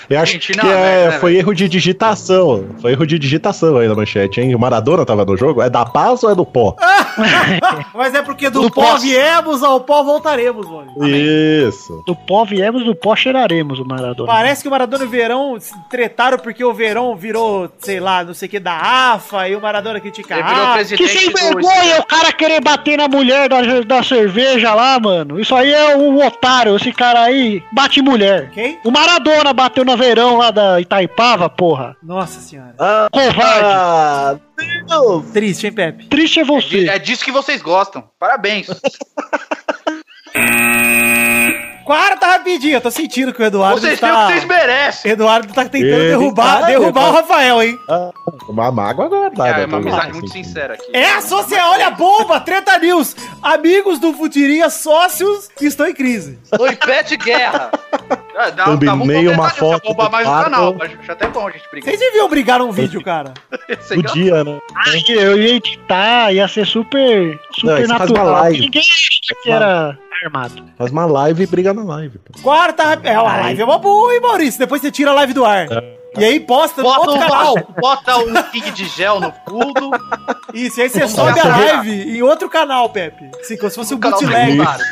Speaker 5: Eu acho
Speaker 1: Gente,
Speaker 5: que
Speaker 1: não,
Speaker 5: é-
Speaker 1: né, né,
Speaker 5: foi erro de digitação. Foi erro de digitação aí na manchete, hein? O Maradona tava no jogo? É da paz ou é do pó?
Speaker 3: [LAUGHS] Mas é porque do
Speaker 4: Do
Speaker 3: pó
Speaker 4: pó-
Speaker 3: viemos, ao pó voltaremos, mano.
Speaker 5: Isso.
Speaker 4: Do pó viemos, do pó cheiraremos, o Maradona.
Speaker 3: Parece que o Maradona e o Verão se tretaram porque o Verão virou, sei lá, não sei o que, da AFA, e o Maradona critica
Speaker 1: Ele
Speaker 3: a
Speaker 1: virou
Speaker 3: AFA.
Speaker 4: Que sem
Speaker 1: presidente
Speaker 4: vergonha o cara querer bater na mulher da, da cerveja lá, mano. Isso aí é um otário, esse cara aí bate mulher.
Speaker 3: Quem?
Speaker 4: O Maradona bateu no verão lá da Itaipava, porra.
Speaker 3: Nossa senhora.
Speaker 4: Covarde.
Speaker 5: Ah, Deus!
Speaker 3: Triste, hein, Pepe?
Speaker 4: Triste é você.
Speaker 1: É disso que vocês gostam. Parabéns.
Speaker 3: Quarta rapidinha, eu tô sentindo que o Eduardo
Speaker 1: vocês têm o
Speaker 3: tá...
Speaker 1: que vocês merecem.
Speaker 3: Eduardo tá tentando
Speaker 5: Ele
Speaker 3: derrubar,
Speaker 5: tá,
Speaker 3: derrubar
Speaker 5: ele
Speaker 3: o Rafael, hein?
Speaker 5: Uma mágoa guardada.
Speaker 1: Cara, é uma
Speaker 5: também. assim,
Speaker 1: amizade muito sincera aqui.
Speaker 3: É, você olha a bomba, treta news. Amigos do Futirinha, sócios, estão em crise.
Speaker 1: Oi, pet guerra. Ah, dá- dá um
Speaker 5: Combinei uma
Speaker 1: comentário,
Speaker 5: foto
Speaker 1: Bombar
Speaker 5: do
Speaker 1: mais o
Speaker 5: Paco.
Speaker 1: canal. Acho acho até bom a gente brigar.
Speaker 3: Vocês deviam brigar num vídeo, cara.
Speaker 1: Isso é engraçado.
Speaker 5: Podia, né?
Speaker 4: Ai, Eu ia editar, ia ser super,
Speaker 5: Não,
Speaker 4: super
Speaker 5: isso faz uma
Speaker 4: natural.
Speaker 5: live.
Speaker 4: Ninguém acha que era armado.
Speaker 5: Faz uma live e briga na live. pô.
Speaker 3: Quarta. rap- É, a live é uma boa, hein, Maurício? Depois você tira a live do ar. E aí posta no
Speaker 1: É. Bota
Speaker 3: outro canal.
Speaker 1: um, bota um king de gel no fundo.
Speaker 3: Isso, e aí você sobe a
Speaker 1: Nossa,
Speaker 3: live em outro canal, Pepe. Assim, como se fosse um
Speaker 1: O canal
Speaker 3: bootleg.
Speaker 1: secundário.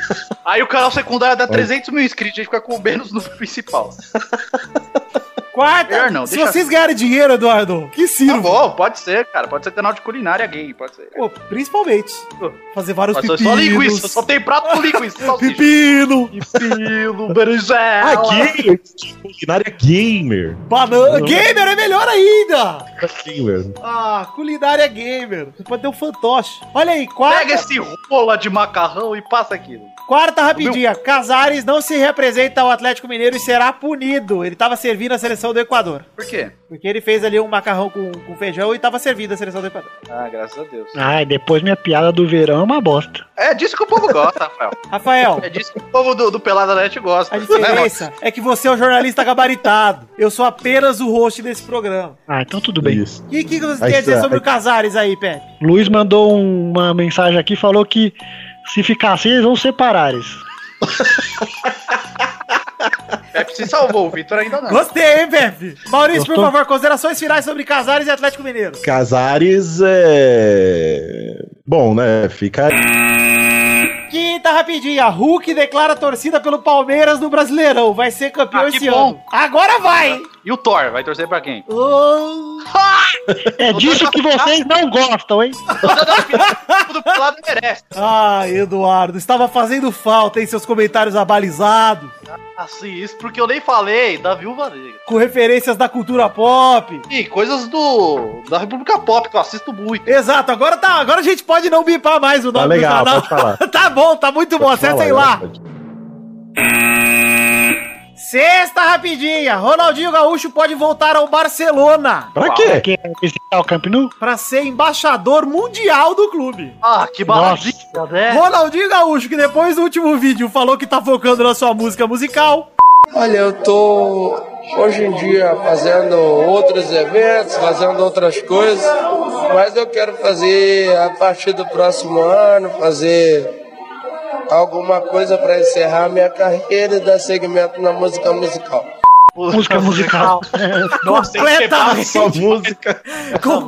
Speaker 1: Aí o canal secundário dá 300 mil inscritos, a gente fica com menos no [LAUGHS] principal. Tá
Speaker 3: Quarta.
Speaker 1: Melhor não,
Speaker 3: se
Speaker 1: deixa-
Speaker 3: vocês ganharem dinheiro, Eduardo,
Speaker 1: Tá
Speaker 3: que sirva.
Speaker 1: bom, pode ser, cara. Pode ser canal de culinária gay, pode ser.
Speaker 3: Pô, principalmente. Fazer vários
Speaker 1: Mas
Speaker 3: pepinos.
Speaker 1: só linguiça, só tem prato com linguiça, salsicha.
Speaker 3: Pepino,
Speaker 1: Pepino,
Speaker 3: Ah,
Speaker 1: berinjela.
Speaker 5: Aqui, Ah, culinária gamer.
Speaker 3: banana. Gamer é melhor ainda.
Speaker 5: Gamer.
Speaker 3: Ah, culinária gamer. Você pode ter um fantoche. Olha aí, quarta,
Speaker 1: Pega esse rola de macarrão e passa aquilo.
Speaker 3: quarta rapidinha. Casares não se representa ao Atlético Mineiro e será punido. Ele tava servindo a seleção do Equador.
Speaker 1: Por quê?
Speaker 3: Porque ele fez ali um macarrão com, com feijão e tava servindo a seleção do Equador.
Speaker 1: Ah, graças a Deus.
Speaker 4: Ai, depois minha piada do verão é uma bosta.
Speaker 1: É disso que o povo gosta, [LAUGHS] Rafael.
Speaker 3: Rafael,
Speaker 1: É disso que o povo do, do Pelada Net gosta.
Speaker 3: a
Speaker 1: né,
Speaker 5: [LAUGHS]
Speaker 1: mano?
Speaker 3: diferença é que você é um jornalista gabaritado. Eu sou apenas o host desse programa.
Speaker 4: Ah, então tudo bem.
Speaker 5: Isso.
Speaker 3: O que, que você
Speaker 5: Aí
Speaker 3: tem a dizer
Speaker 5: tá.
Speaker 3: sobre o Casares aí, Pepe?
Speaker 4: Luiz mandou um- uma mensagem aqui, falou que se ficar assim, eles vão separar eles.
Speaker 1: Pepe É, se salvou, o Vitor ainda não.
Speaker 3: Gostei, hein, Pepe? Maurício, por
Speaker 4: Gostou?
Speaker 3: favor, considerações finais sobre Casares e Atlético Mineiro.
Speaker 5: Casares é. Bom, né? Fica.
Speaker 3: Quinta rapidinha. Hulk declara torcida pelo Palmeiras no Brasileirão. Vai ser campeão
Speaker 1: Ah, que
Speaker 3: esse
Speaker 1: bom.
Speaker 3: ano. Agora vai, hein? Oh.
Speaker 1: E o Thor, vai torcer pra quem?
Speaker 3: Ô,
Speaker 4: É [LAUGHS] disso que vocês não gostam, hein?
Speaker 1: Toda a piada do Pelada merece.
Speaker 3: Ah, Eduardo, estava fazendo falta, hein? Seus comentários abalizados,
Speaker 1: Assim, isso porque eu nem falei da Viúva Negra.
Speaker 3: com referências da cultura pop.
Speaker 1: E coisas do da República Pop, que eu assisto muito.
Speaker 3: Exato, agora tá. Agora a gente pode não bipar mais o nome
Speaker 5: Tá legal,
Speaker 3: do canal.
Speaker 5: pode né? falar.
Speaker 3: [LAUGHS] tá bom, tá muito bom. Acessem lá. Sexta rapidinha. Ronaldinho Gaúcho pode voltar ao Barcelona
Speaker 5: Pra quê?
Speaker 4: Quer visitar o Camp Nou?
Speaker 3: para ser embaixador mundial do clube.
Speaker 1: Ah, que baladinha,
Speaker 4: É.
Speaker 1: né?
Speaker 3: Ronaldinho Gaúcho, que depois do último vídeo falou que tá focando na sua música musical.
Speaker 6: Olha, eu tô hoje em dia fazendo outros eventos, fazendo outras coisas, mas eu quero fazer a partir do próximo ano, fazer alguma coisa para encerrar minha carreira e dar segmento na música musical.
Speaker 4: Música musical.
Speaker 3: Completamente.
Speaker 5: Só música.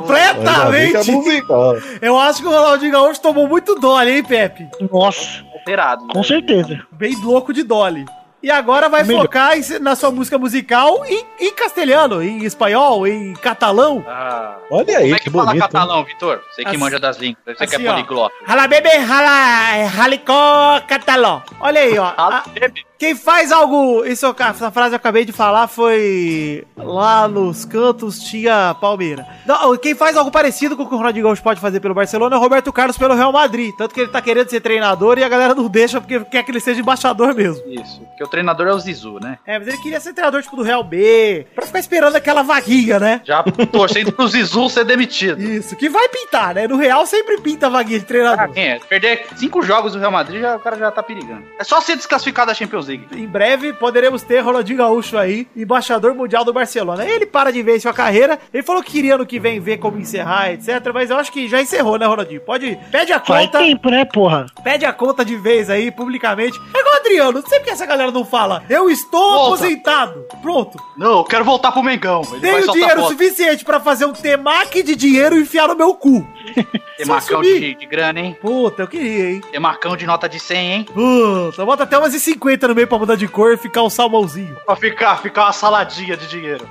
Speaker 5: Música
Speaker 3: Completamente.
Speaker 5: musical.
Speaker 3: Eu acho que o Ronaldinho Gaúcho tomou muito dole, hein, Pepe?
Speaker 4: Nossa,
Speaker 1: Alterado. né?
Speaker 4: com certeza.
Speaker 3: Bem louco de dole. E agora vai
Speaker 4: Melhor.
Speaker 3: focar em- na sua música musical em, em castelhano, em espanhol, em catalão.
Speaker 1: Ah.
Speaker 5: Olha aí,
Speaker 1: Como é
Speaker 5: que
Speaker 1: que fala
Speaker 5: bonito. hein?
Speaker 1: catalão, Vitor? Você que
Speaker 3: Assim-
Speaker 1: manja das línguas, você
Speaker 3: assim,
Speaker 1: que é
Speaker 3: ó.
Speaker 1: poliglota.
Speaker 3: Rala bebê, rala, ralicó, catalão. Olha aí, ó.
Speaker 1: Ah,
Speaker 3: A- Quem faz algo. Isso, eu ca- essa frase eu acabei de falar foi. Lá nos cantos tinha Palmeira. Não, quem faz algo parecido com o que o Ronaldinho Gaúcho pode fazer pelo Barcelona é o Roberto Carlos pelo Real Madrid. Tanto que ele tá querendo ser treinador e a galera não deixa porque quer que ele seja embaixador mesmo.
Speaker 1: Isso, porque o treinador é o Zizu, né?
Speaker 3: É, mas ele queria ser treinador tipo do Real B, pra ficar esperando aquela vaguinha, né?
Speaker 1: [LAUGHS] Já torcendo pro Zizu ser demitido.
Speaker 3: Isso, que vai pintar, né? No Real sempre pinta a vaguinha de
Speaker 1: Ah,
Speaker 3: treinador.
Speaker 1: quem é? Perder cinco jogos do Real Madrid, já, o cara já tá perigando. É só ser desclassificado da Champions League.
Speaker 3: Em breve poderemos ter Ronaldinho Gaúcho aí, embaixador mundial do Barcelona. Ele para de ver sua carreira. Ele falou que queria ano que vem ver como encerrar, etc. Mas eu acho que já encerrou, né, Ronaldinho? Pode. Pede a
Speaker 4: Faz
Speaker 3: conta.
Speaker 4: tempo, né, porra?
Speaker 3: Pede a conta de vez aí, publicamente. É igual o Adriano, sempre que essa galera não fala, eu estou
Speaker 1: Volta.
Speaker 3: aposentado. Pronto.
Speaker 1: Não, eu quero voltar pro Mengão. Ele vai
Speaker 3: Tenho
Speaker 1: soltar
Speaker 3: dinheiro
Speaker 1: foto.
Speaker 3: suficiente pra fazer um temac de dinheiro e enfiar no meu cu.
Speaker 1: Tem
Speaker 3: Se eu
Speaker 1: macão
Speaker 3: sumir.
Speaker 1: de, de grana, hein?
Speaker 3: Puta, eu queria, hein?
Speaker 1: Tem macão de nota de 100, hein?
Speaker 3: Puta, bota até umas e 50 no meio pra mudar de cor e ficar um salmãozinho.
Speaker 1: Pra ficar, ficar uma saladinha de dinheiro.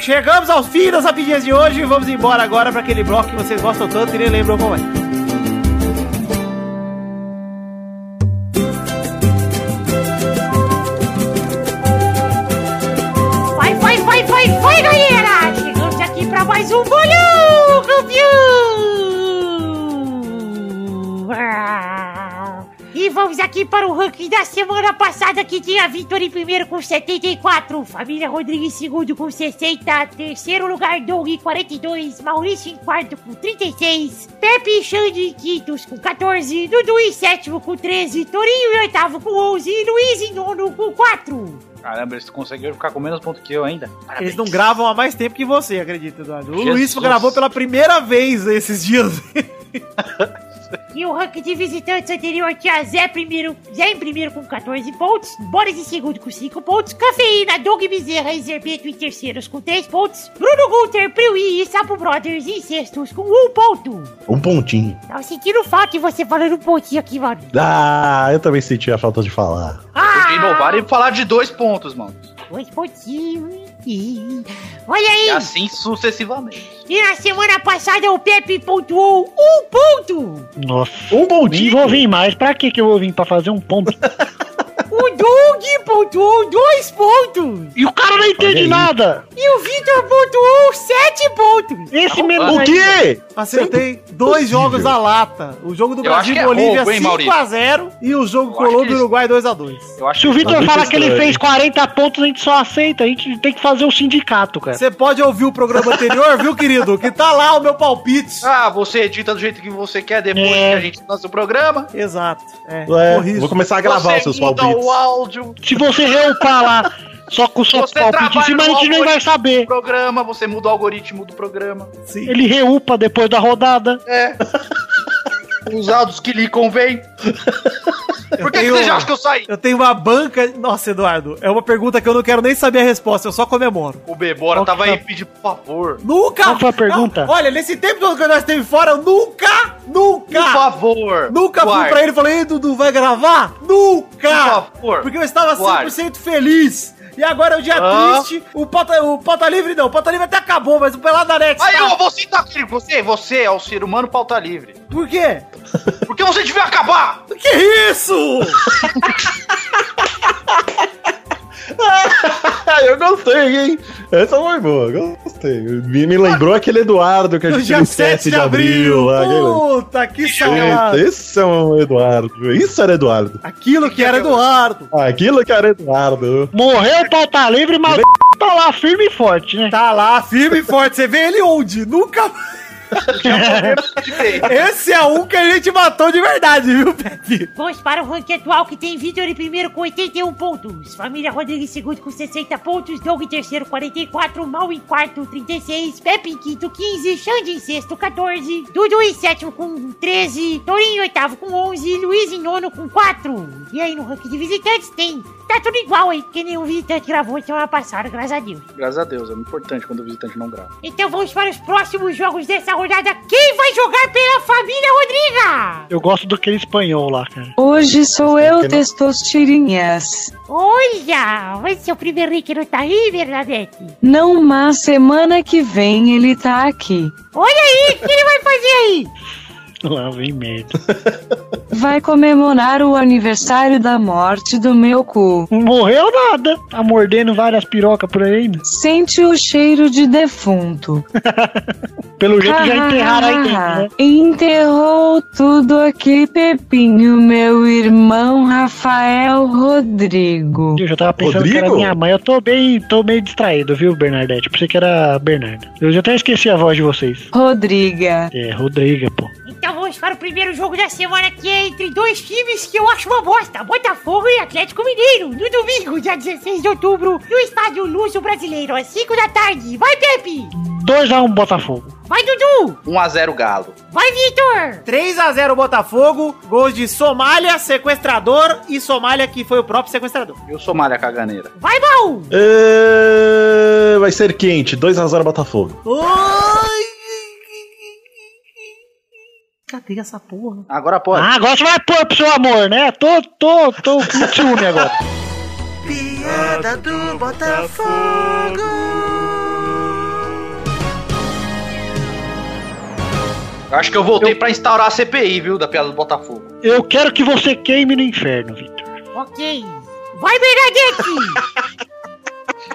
Speaker 3: Chegamos ao fim das rapidinhas de hoje e vamos embora agora pra aquele bloco que vocês gostam tanto e nem lembram como é.
Speaker 7: Vai, vai, vai, vai, vai, galera! Chegamos aqui pra mais um bolão, campeão! Ah. E vamos aqui para o ranking da semana passada que tinha Vitor em primeiro com 74, Família Rodrigues em segundo com 60, terceiro lugar Doug em 42, Maurício em quarto com 36, Pepe e Xande em quintos com 14, Dudu em sétimo com 13, Torinho em oitavo com 11 e Luiz em nono com 4.
Speaker 1: Caramba, eles conseguiram ficar com menos ponto que eu ainda.
Speaker 3: Eles não gravam há mais tempo que você, acredita, Eduardo? O
Speaker 1: Jesus.
Speaker 3: Luiz gravou pela primeira vez esses dias.
Speaker 7: E o ranking de visitantes anterior tinha Zé, primeiro, Zé em primeiro com 14 pontos, Boris em segundo com 5 pontos, Cafeína, Doug Bezerra e Zerbeto em terceiros com 3 pontos, Bruno Gunter, Priui e Sapo Brothers em sextos com 1 ponto.
Speaker 5: Um pontinho.
Speaker 7: Tava Tá sentindo falta de você falando um pontinho aqui, mano.
Speaker 5: Ah, eu também senti a falta de falar.
Speaker 1: Eles
Speaker 7: Ah,
Speaker 1: inovaram e falaram de dois pontos, mano.
Speaker 7: dois pontinhos. Ih, Olha
Speaker 1: E
Speaker 7: aí,
Speaker 1: assim sucessivamente.
Speaker 7: e na semana passada o Pepe pontuou um ponto.
Speaker 4: Nossa.
Speaker 5: Um
Speaker 4: Nem
Speaker 5: pontinho?
Speaker 4: vou vir mais. Pra que que eu vou vir? Pra fazer um ponto?
Speaker 7: O Doug pontuou dois pontos.
Speaker 4: E o cara não entende
Speaker 5: aí.
Speaker 4: nada.
Speaker 7: E o Vitor pontuou sete pontos.
Speaker 4: Esse mesmo.
Speaker 5: O quê?
Speaker 3: Acertei dois jogos à lata. O jogo do
Speaker 1: Eu
Speaker 3: Brasil
Speaker 1: acho
Speaker 3: e
Speaker 1: que é
Speaker 3: Bolívia
Speaker 1: roubo, hein, Maurício?
Speaker 3: 5x0 e o jogo
Speaker 1: Eu acho
Speaker 3: Colômbia e
Speaker 1: que- é
Speaker 3: Uruguai 2x2.
Speaker 1: Eu acho
Speaker 4: Se o Vitor
Speaker 5: Tá
Speaker 4: falar
Speaker 5: muito
Speaker 4: que ele
Speaker 5: estranho.
Speaker 4: fez 40 pontos, a gente só aceita. A gente tem que fazer o sindicato, cara.
Speaker 3: Você pode ouvir o programa anterior, viu, querido? Que tá lá o meu
Speaker 1: [LAUGHS]
Speaker 3: palpite.
Speaker 1: Ah, você edita do jeito que você quer depois
Speaker 4: É.
Speaker 1: que a gente lança o programa.
Speaker 3: Exato. É,
Speaker 5: É,
Speaker 3: corrijo.
Speaker 5: vou começar a gravar
Speaker 1: você
Speaker 5: os seus
Speaker 1: muda
Speaker 5: palpites.
Speaker 1: o áudio
Speaker 4: Se você reupar lá só com só
Speaker 1: Você
Speaker 4: palpite em cima, a
Speaker 1: trabalha
Speaker 4: gente
Speaker 1: no
Speaker 4: nem vai
Speaker 1: algoritmo.
Speaker 4: saber.
Speaker 1: do programa, você muda o algoritmo do programa.
Speaker 3: Sim.
Speaker 4: Ele reupa depois da rodada.
Speaker 1: É. Os áudios que lhe convém. Por que, que
Speaker 3: tenho- um-
Speaker 1: você já acha que eu saí?
Speaker 3: Eu tenho uma banca. Nossa, Eduardo, é uma pergunta que eu não quero nem saber a resposta, eu só comemoro.
Speaker 1: O Bebora
Speaker 4: Qual que
Speaker 1: tava
Speaker 4: tá-
Speaker 1: aí pedir por favor.
Speaker 3: Nunca!
Speaker 4: Qual foi a pergunta?
Speaker 3: Não, olha, nesse tempo todo que nós esteve fora, eu nunca,
Speaker 1: Por
Speaker 3: nunca,
Speaker 1: favor.
Speaker 3: nunca fui
Speaker 1: Guarda.
Speaker 3: pra ele e falei, "Ei, Dudu, vai gravar? Nunca!
Speaker 1: Por favor.
Speaker 3: Porque eu estava
Speaker 1: Guarda.
Speaker 3: 100% feliz. E agora é o dia
Speaker 1: Ah.
Speaker 3: triste. O pauta, o pauta livre não, o pauta livre até acabou, mas o pelado da net.
Speaker 1: Aí,
Speaker 3: tá-
Speaker 1: ó, você tá aqui, você, você é o ser humano pauta livre.
Speaker 3: Por quê?
Speaker 1: Porque você devia acabar!
Speaker 3: Que
Speaker 4: [LAUGHS]
Speaker 3: isso?
Speaker 5: Ah, eu gostei, hein? Essa foi boa, eu gostei. Me, me lembrou aquele Eduardo que a
Speaker 3: No
Speaker 5: gente
Speaker 3: dia 7 de abril.
Speaker 5: lá.
Speaker 3: Puta, que
Speaker 5: Ah, Eita,
Speaker 3: sacanagem.
Speaker 5: esse é um Eduardo. Isso era Eduardo. Ah,
Speaker 3: Aquilo que era Eduardo.
Speaker 5: Aquilo que era Eduardo.
Speaker 4: Morreu, pauta livre, mas [LAUGHS] tá lá firme e forte, né?
Speaker 3: Tá lá, firme e forte. Você vê ele onde? Nunca. Esse é um que a gente matou de verdade, viu, Pepe?
Speaker 7: Vamos para o ranking atual que tem Vitor em primeiro com 81 pontos, Família Rodrigues em segundo com 60 pontos, Doug em terceiro 44, Mal em quarto 36, Pepe em quinto 15, Xande em sexto 14, Dudu em sétimo com 13, Torinho em oitavo com 11, Luiz em nono com 4. E aí no ranking de visitantes tem... Tá tudo igual aí, porque nenhum visitante gravou semana passada, graças a Deus.
Speaker 1: Graças a Deus, é muito importante quando o visitante não grava.
Speaker 7: Então vamos para os próximos jogos dessa rodada. Quem vai jogar pela Família Rodriga?
Speaker 4: Eu gosto do que espanhol lá, cara. [LAUGHS]
Speaker 8: Hoje sou eu,
Speaker 5: não-
Speaker 8: testosterinhas.
Speaker 7: Olha, vai ser o primeiro link que não tá aí, Bernadette.
Speaker 8: Não, mas semana que vem ele tá aqui.
Speaker 7: Olha aí, o que ele vai fazer aí?
Speaker 4: Lá vem merda.
Speaker 8: Vai comemorar o aniversário da morte do meu cu.
Speaker 4: Não morreu nada. Tá mordendo várias pirocas por aí. né?
Speaker 8: Sente o cheiro de defunto. Ah,
Speaker 4: Pelo jeito já enterraram aí dentro, né?
Speaker 8: Enterrou tudo aqui, Pepinho, meu irmão Rafael Rodrigo.
Speaker 4: Eu já tava pensando que era
Speaker 5: Rodrigo?
Speaker 4: minha mãe. Eu tô bem, tô meio distraído, viu, Bernadette? Eu pensei que era a Bernarda. Eu já até esqueci a voz de vocês.
Speaker 8: Rodriga.
Speaker 4: É, Rodriga, pô.
Speaker 7: Então vamos para o primeiro jogo da semana, que é entre dois times que eu acho uma bosta: Botafogo e Atlético Mineiro. No domingo, dia 16 de outubro, no estádio Luso Brasileiro, às 5 da tarde. Vai, Pepe!
Speaker 4: 2x1 Botafogo.
Speaker 7: Vai, Dudu!
Speaker 1: 1x0 Galo.
Speaker 7: Vai, Vitor!
Speaker 3: 3x0 Botafogo, gols de Somália, sequestrador e Somália que foi o próprio sequestrador.
Speaker 1: E o Somália Caganeira.
Speaker 7: Vai, Baú!
Speaker 5: É, Vai ser quente. 2x0 Botafogo.
Speaker 3: Cadê essa porra?
Speaker 1: Agora pode.
Speaker 4: Ah, agora você vai pôr pro seu amor, né? Tô, tô, tô com ciúme agora.
Speaker 1: Eu acho que eu voltei pra instaurar a CPI, viu? Da piada do Botafogo.
Speaker 4: Eu quero que você queime no inferno, Vitor.
Speaker 7: Ok. Vai, Bernadette!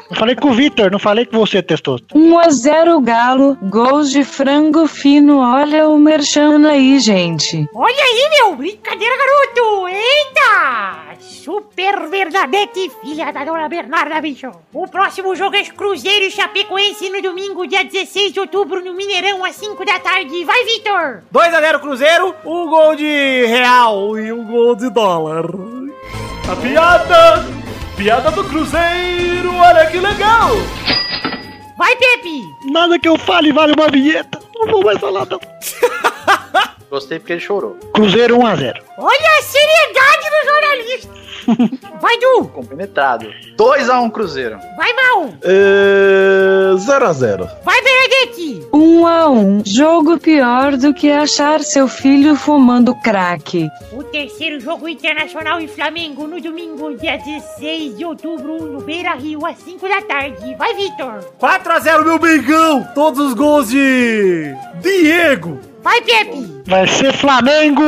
Speaker 4: Eu falei com o Vitor, não falei que você testou.
Speaker 8: 1 a 0 Galo, gols de frango fino. Olha o merchan aí, gente.
Speaker 7: Olha aí, meu! Brincadeira, garoto! Eita! Super Bernadette, filha da dona Bernarda, bicho! O próximo jogo é Cruzeiro e Chapecoense no domingo, dia 16 de outubro, no Mineirão, às 5 da tarde. Vai, Vitor!
Speaker 3: 2x0 Cruzeiro, um gol de real e um gol de dólar. A piada! Piada do Cruzeiro, olha que legal!
Speaker 7: Vai, Pepe!
Speaker 4: Nada que eu fale vale uma vinheta. Não vou mais falar, não.
Speaker 1: Gostei porque ele chorou.
Speaker 4: Cruzeiro 1x0.
Speaker 7: Olha a seriedade do jornalista! Vai, Du!
Speaker 1: Compenetrado. 2x1 Cruzeiro.
Speaker 7: Vai, Mal!
Speaker 5: Eh, 0x0.
Speaker 7: Vai, Bernadette!
Speaker 8: 1 a 1 jogo pior do que achar seu filho fumando crack.
Speaker 7: O terceiro jogo internacional em Flamengo no domingo, dia 16 de outubro, no Beira Rio, às 5 da tarde. Vai, Vitor!
Speaker 3: 4x0 meu Mengão, todos os gols de Diego.
Speaker 7: Vai, Pepe!
Speaker 4: Vai ser Flamengo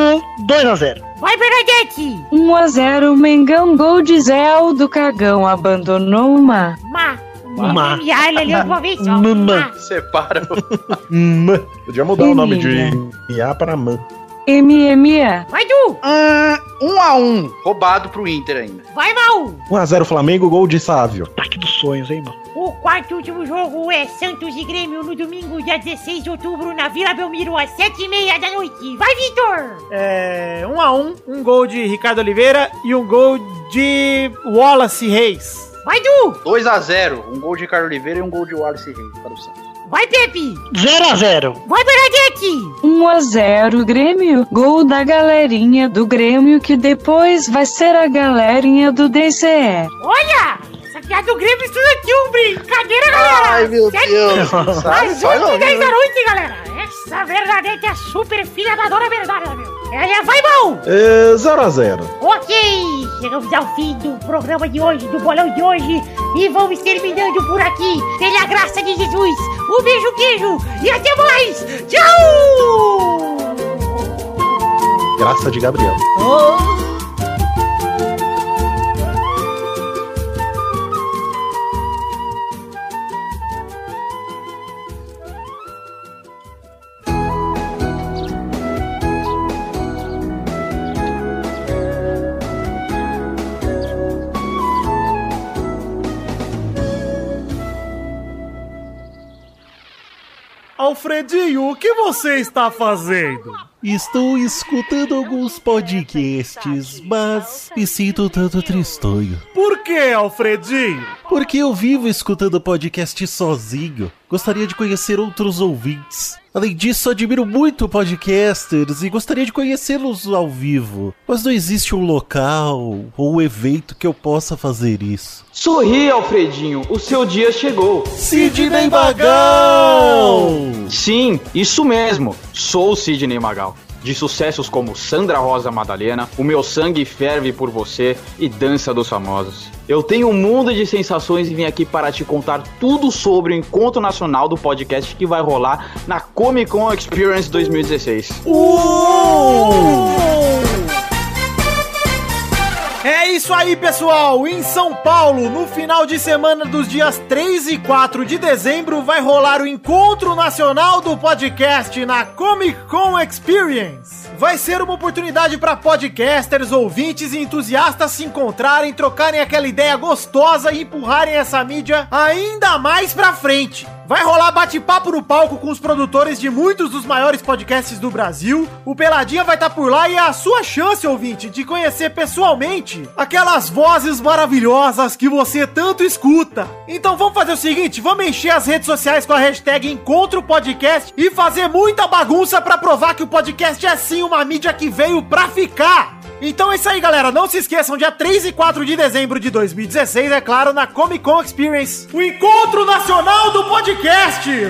Speaker 4: 2x0.
Speaker 7: Vai, Bernadette!
Speaker 8: 1 a 0 Mengão, gol de Zé Aldo Cagão abandonou uma.
Speaker 7: Má!
Speaker 4: Má.
Speaker 7: E olha ali uma vez só.
Speaker 4: Mamã.
Speaker 7: Má.
Speaker 1: Separa. [LAUGHS]
Speaker 5: Mã. Podia mudar o nome de
Speaker 8: Menina.
Speaker 5: IA para Mã.
Speaker 8: MMA.
Speaker 7: Vai, Du!
Speaker 1: 1x1. Roubado pro Inter ainda.
Speaker 7: Vai, Mal!
Speaker 5: 1x0 Flamengo, gol de Sávio.
Speaker 4: Ataque dos sonhos, hein, mano?
Speaker 7: O quarto e último jogo é Santos e Grêmio no domingo, dia 16 de outubro, na Vila Belmiro, às 7h30 da noite. Vai, Vitor!
Speaker 3: É, 1x1, um gol de Ricardo Oliveira e um gol de Wallace Reis.
Speaker 7: Vai, Du!
Speaker 1: 2x0. Um gol de Ricardo Oliveira e um gol de Wallace Reis para o Santos.
Speaker 7: Vai, Pepe!
Speaker 4: 0x0.
Speaker 7: Vai, Bernadette!
Speaker 8: 1 a 0 Grêmio, gol da galerinha do Grêmio que depois vai ser a galerinha do DCE.
Speaker 7: Olha! Essa piada do Grêmio estuda aqui, um brincadeira, galera!
Speaker 1: Ai, meu
Speaker 7: Sete-
Speaker 1: Deus.
Speaker 7: Às
Speaker 1: Sai,
Speaker 7: 8
Speaker 1: não, né?
Speaker 7: e 10 da noite, galera! Essa Bernadette é a super filha da dona Bernarda, meu! Ela vai, mal!
Speaker 5: Eh, 0x0.
Speaker 7: Ok, chegamos ao fim do programa de hoje, do bolão de hoje, e vamos terminando por aqui, pela graça de Jesus. Um beijo, queijo, e até mais! Tchau!
Speaker 5: Graça de Gabriel.
Speaker 3: Alfredinho, o que você está fazendo?
Speaker 9: Estou escutando alguns podcasts, mas me sinto um tanto tristonho.
Speaker 3: Por que, Alfredinho?
Speaker 9: Porque eu vivo escutando podcast sozinho. Gostaria de conhecer outros ouvintes. Além disso, admiro muito podcasters e gostaria de conhecê-los ao vivo. Mas não existe um local ou um evento que eu possa fazer isso.
Speaker 10: Sorri, Alfredinho, o seu dia chegou.
Speaker 9: Sidney Magal!
Speaker 10: Sim, isso mesmo. Sou o Sidney Magal. De sucessos como Sandra Rosa Madalena, O Meu Sangue Ferve por Você e Dança dos Famosos. Eu tenho um mundo de sensações e vim aqui para te contar tudo sobre o encontro nacional do podcast que vai rolar na Comic Con Experience 2016.
Speaker 3: Uh! É isso aí, pessoal! Em São Paulo, no final de semana dos dias 3 e 4 de dezembro, vai rolar o Encontro Nacional do Podcast na Comic Con Experience. Vai ser uma oportunidade para podcasters, ouvintes e entusiastas se encontrarem, trocarem aquela ideia gostosa e empurrarem essa mídia ainda mais pra frente. Vai rolar bate-papo no palco com os produtores de muitos dos maiores podcasts do Brasil. O Peladinha vai estar por lá e é a sua chance, ouvinte, de conhecer pessoalmente aquelas vozes maravilhosas que você tanto escuta. Então vamos fazer o seguinte, vamos encher as redes sociais com a hashtag Encontro Podcast e fazer muita bagunça pra provar que o podcast é sim uma mídia que veio pra ficar. Então é isso aí, galera. Não se esqueçam, dia 3 e 4 de dezembro de 2016, é claro, na Comic Con Experience. O encontro nacional do podcast.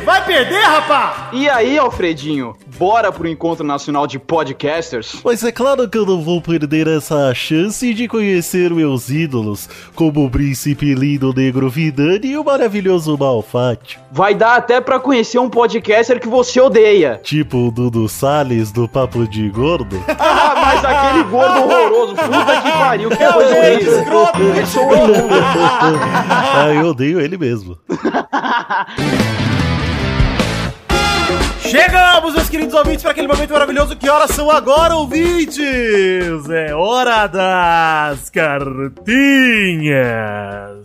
Speaker 3: Vai perder, rapá?
Speaker 10: E aí, Alfredinho, bora pro Encontro Nacional de Podcasters?
Speaker 9: Mas é claro que eu não vou perder essa chance de conhecer meus ídolos, como o príncipe lindo negro Vidani e o maravilhoso Malfátio.
Speaker 10: Vai dar até pra conhecer um podcaster que você odeia.
Speaker 9: Tipo o Dudu Salles do Papo de
Speaker 5: [LAUGHS]
Speaker 9: Gordo.
Speaker 10: Ah, mas aquele gordo horroroso, puta que pariu, que coisa horrível. Eu sou horrível.
Speaker 9: ah, eu odeio ele mesmo.
Speaker 3: Chegamos, meus queridos ouvintes, para aquele momento maravilhoso. Que horas são agora, ouvintes? É hora das cartinhas.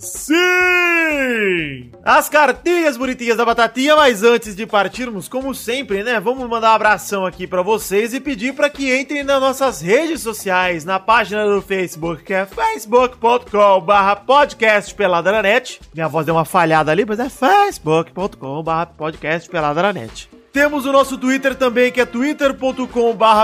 Speaker 3: Sim! As cartinhas bonitinhas da batatinha, mas antes de partirmos, como sempre, né? Vamos mandar um abração aqui para vocês e pedir para que entrem nas nossas redes sociais, na página do Facebook, que é facebook.com/barra podcast peladranet. Minha voz deu uma falhada ali, mas é facebook.com/barra podcast peladranet. Temos o nosso Twitter também, que é twitter.com.br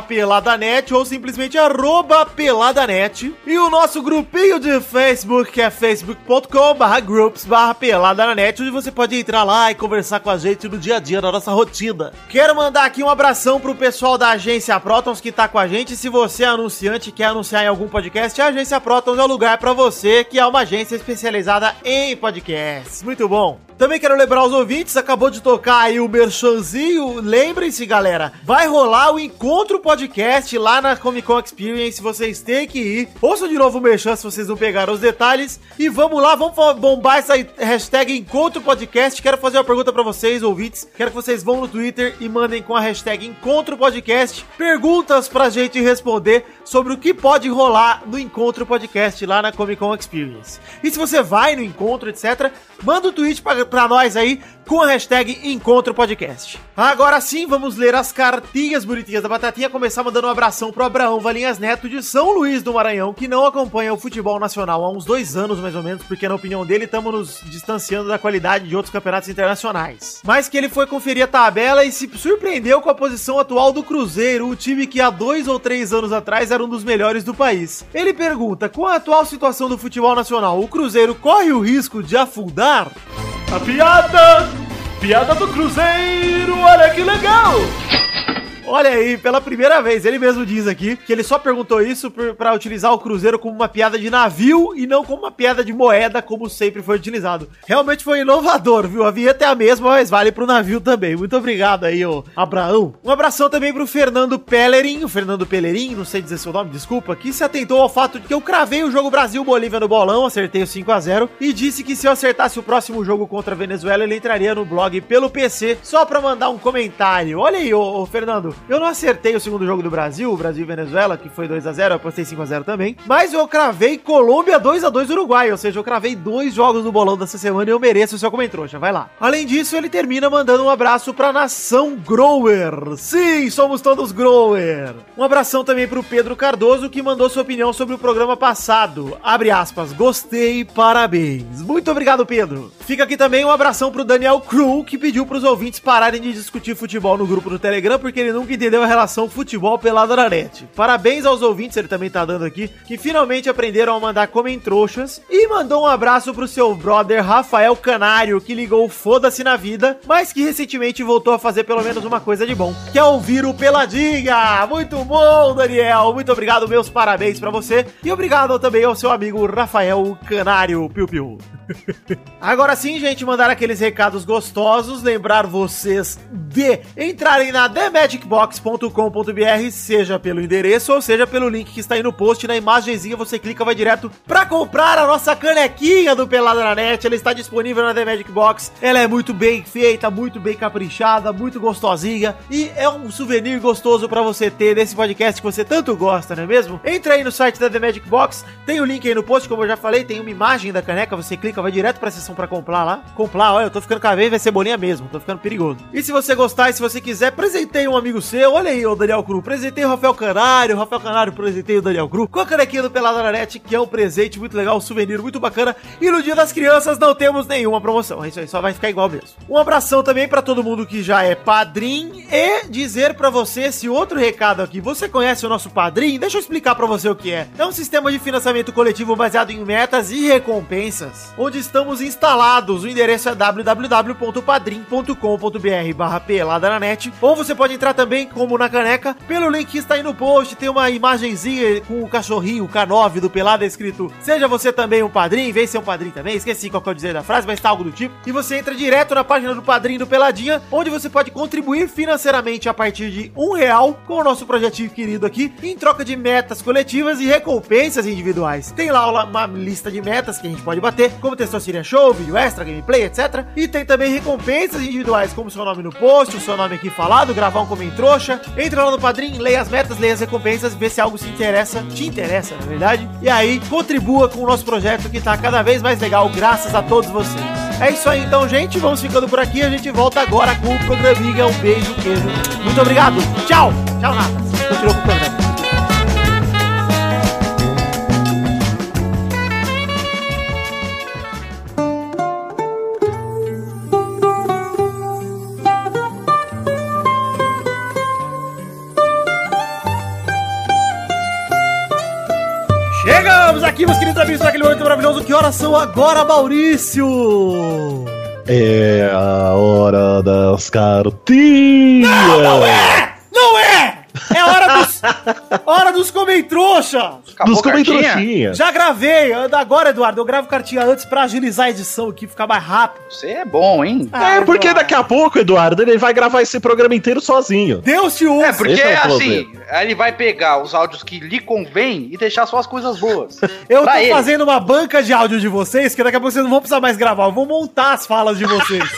Speaker 3: peladanet ou simplesmente arroba peladanet. E o nosso grupinho de Facebook, que é facebook.com.br groups peladanet, onde você pode entrar lá e conversar com a gente no dia a dia, na nossa rotina. Quero mandar aqui um abração pro pessoal da agência Protons que tá com a gente. Se você é anunciante e quer anunciar em algum podcast, a agência Protons é o lugar pra você, que é uma agência especializada em podcasts. Muito bom. Também quero lembrar os ouvintes, acabou de tocar aí o merchanzinho. Lembrem-se, galera, vai rolar o Encontro Podcast lá na Comic Con Experience. Vocês têm que ir. Ouçam de novo o merchan se vocês não pegaram os detalhes. E vamos lá, vamos fa- bombar essa hashtag Encontro Podcast. Quero fazer uma pergunta pra vocês, ouvintes. Quero que vocês vão no Twitter e mandem com a hashtag Encontro Podcast perguntas pra gente responder sobre o que pode rolar no Encontro Podcast lá na Comic Con Experience. E se você vai no encontro, etc., manda um tweet pra, pra nós aí com a hashtag Encontro Podcast. Agora sim, vamos ler as cartinhas bonitinhas da Batatinha, começar mandando um abração pro Abraão Valinhas Neto de São Luís do Maranhão, que não acompanha o futebol nacional há uns dois anos mais ou menos, porque na opinião dele estamos nos distanciando da qualidade de outros campeonatos internacionais. Mas que ele foi conferir a tabela e se surpreendeu com a posição atual do Cruzeiro, o time que há dois ou três anos atrás era um dos melhores do país. Ele pergunta, com a atual situação do futebol nacional, o Cruzeiro corre o risco de afundar? A piada! Piada do Cruzeiro, olha que legal! Olha aí, pela primeira vez, ele mesmo diz aqui que ele só perguntou isso por- pra utilizar o Cruzeiro como uma piada de navio e não como uma piada de moeda, como sempre foi utilizado. Realmente foi inovador, viu? A vinheta é a mesma, mas vale pro navio também. Muito obrigado aí, ô Abraão. Um abração também pro Fernando Pellerin, o Fernando Pellerin, não sei dizer seu nome, desculpa, que se atentou ao fato de que eu cravei o jogo Brasil-Bolívia no bolão, acertei o 5x0, e disse que se eu acertasse o próximo jogo contra a Venezuela, ele entraria no blog pelo PC só pra mandar um comentário. Olha aí, ô, ô, Fernando, eu não acertei o segundo jogo do Brasil, o Brasil e Venezuela, que foi 2x0, eu apostei 5x0 também, mas eu cravei Colômbia 2x2 Uruguai, ou seja, eu cravei dois jogos no bolão dessa semana e eu mereço o seu comentrouxa, vai lá. Além disso, ele termina mandando um abraço pra nação grower. Sim, somos todos grower. Um abração também pro Pedro Cardoso, que mandou sua opinião sobre o programa passado. Abre aspas, gostei, parabéns. Muito obrigado, Pedro. Fica aqui também um abração pro Daniel Crew, que pediu pros ouvintes pararem de discutir futebol no grupo do Telegram, porque ele nunca entendeu a relação futebol pelada na net. Parabéns aos ouvintes, ele também tá dando aqui, que finalmente aprenderam a mandar comentroxas. E mandou um abraço pro seu brother Rafael Canário, que ligou o foda-se na vida, mas que recentemente voltou a fazer pelo menos uma coisa de bom, que é ouvir o Peladinha. Muito bom, Daniel. Muito obrigado, meus parabéns pra você. E obrigado também ao seu amigo Rafael Canário Piu Piu. Agora sim, gente, mandar aqueles recados gostosos, lembrar vocês de entrarem na themagicbox.com.br, seja pelo endereço ou seja pelo link que está aí no post, na imagenzinha você clica, vai direto pra comprar a nossa canequinha do Pelada na Net, ela está disponível na The Magic Box, ela é muito bem feita, muito bem caprichada, muito gostosinha e é um souvenir gostoso pra você ter desse podcast que você tanto gosta, não é mesmo? Entra aí no site da The Magic Box, tem o link aí no post, como eu já falei, tem uma imagem da caneca, você clica banca, vai direto pra sessão pra comprar lá. Comprar, olha, eu tô ficando cada vez vai cebolinha mesmo, tô ficando perigoso. E se você gostar e se você quiser, presentei um amigo seu, olha aí, o Daniel Cru, presentei o Rafael Canário, o Rafael Canário presentei o Daniel Cru, com a canequinha do Pelada na Net, que é um presente muito legal, um souvenir muito bacana. E no Dia das Crianças não temos nenhuma promoção, isso aí só vai ficar igual mesmo. Um abração também pra todo mundo que já é padrinho e dizer pra você esse outro recado aqui. Você conhece o nosso padrinho? Deixa eu explicar pra você o que é. É um sistema de financiamento coletivo baseado em metas e recompensas, onde estamos instalados. O endereço é www.padrim.com.br barra pelada na net, ou você pode entrar também, como na caneca, pelo link que está aí no post, tem uma imagenzinha com o cachorrinho, o K9 do Pelada escrito, seja você também um padrinho, vem ser um padrinho também, esqueci qual que é o dizer da frase, mas tá algo do tipo, e você entra direto na página do padrinho do Peladinha, onde você pode contribuir financeiramente a partir de um real com o nosso projetinho querido aqui, em troca de metas coletivas e recompensas individuais. Tem lá uma- uma lista de metas que a gente pode bater, como Testosterinha Show, vídeo extra, gameplay, etc. E tem também recompensas individuais, como seu nome no post, o seu nome aqui falado, gravar um comentário trouxa. Entra lá no Padrim, leia as metas, leia as recompensas, vê se algo se interessa, te interessa, na verdade. E aí, contribua com o nosso projeto que tá cada vez mais legal, graças a todos vocês. É isso aí então, gente. Vamos ficando por aqui. A gente volta agora com o programinha. Um beijo, queijo. Muito obrigado. Tchau. Tchau, nada. Continua com o programa. Chegamos aqui, meus queridos amigos, naquele momento maravilhoso. Que horas são agora, Maurício?
Speaker 5: É a hora das cartinhas! Não, não é!
Speaker 3: Não é! É hora
Speaker 1: [LAUGHS]
Speaker 3: dos. hora dos comentrouxa!
Speaker 5: Dos comentrouxinhas!
Speaker 3: Já gravei, eu- agora, Eduardo, eu gravo cartinha antes pra agilizar a edição aqui, ficar mais rápido.
Speaker 1: Você é bom, hein?
Speaker 5: É, porque daqui a pouco, Eduardo, ele vai gravar esse programa inteiro sozinho.
Speaker 3: Deus te ouça!
Speaker 1: É, porque
Speaker 5: Esse é o
Speaker 1: assim, aí ele vai pegar os áudios que lhe convém e deixar só as coisas boas.
Speaker 3: Eu
Speaker 1: Pra
Speaker 3: tô
Speaker 1: ele.
Speaker 3: fazendo uma banca de áudio de vocês, que daqui a pouco vocês não vão precisar mais gravar, eu vou montar as falas
Speaker 1: [LAUGHS]
Speaker 3: de vocês.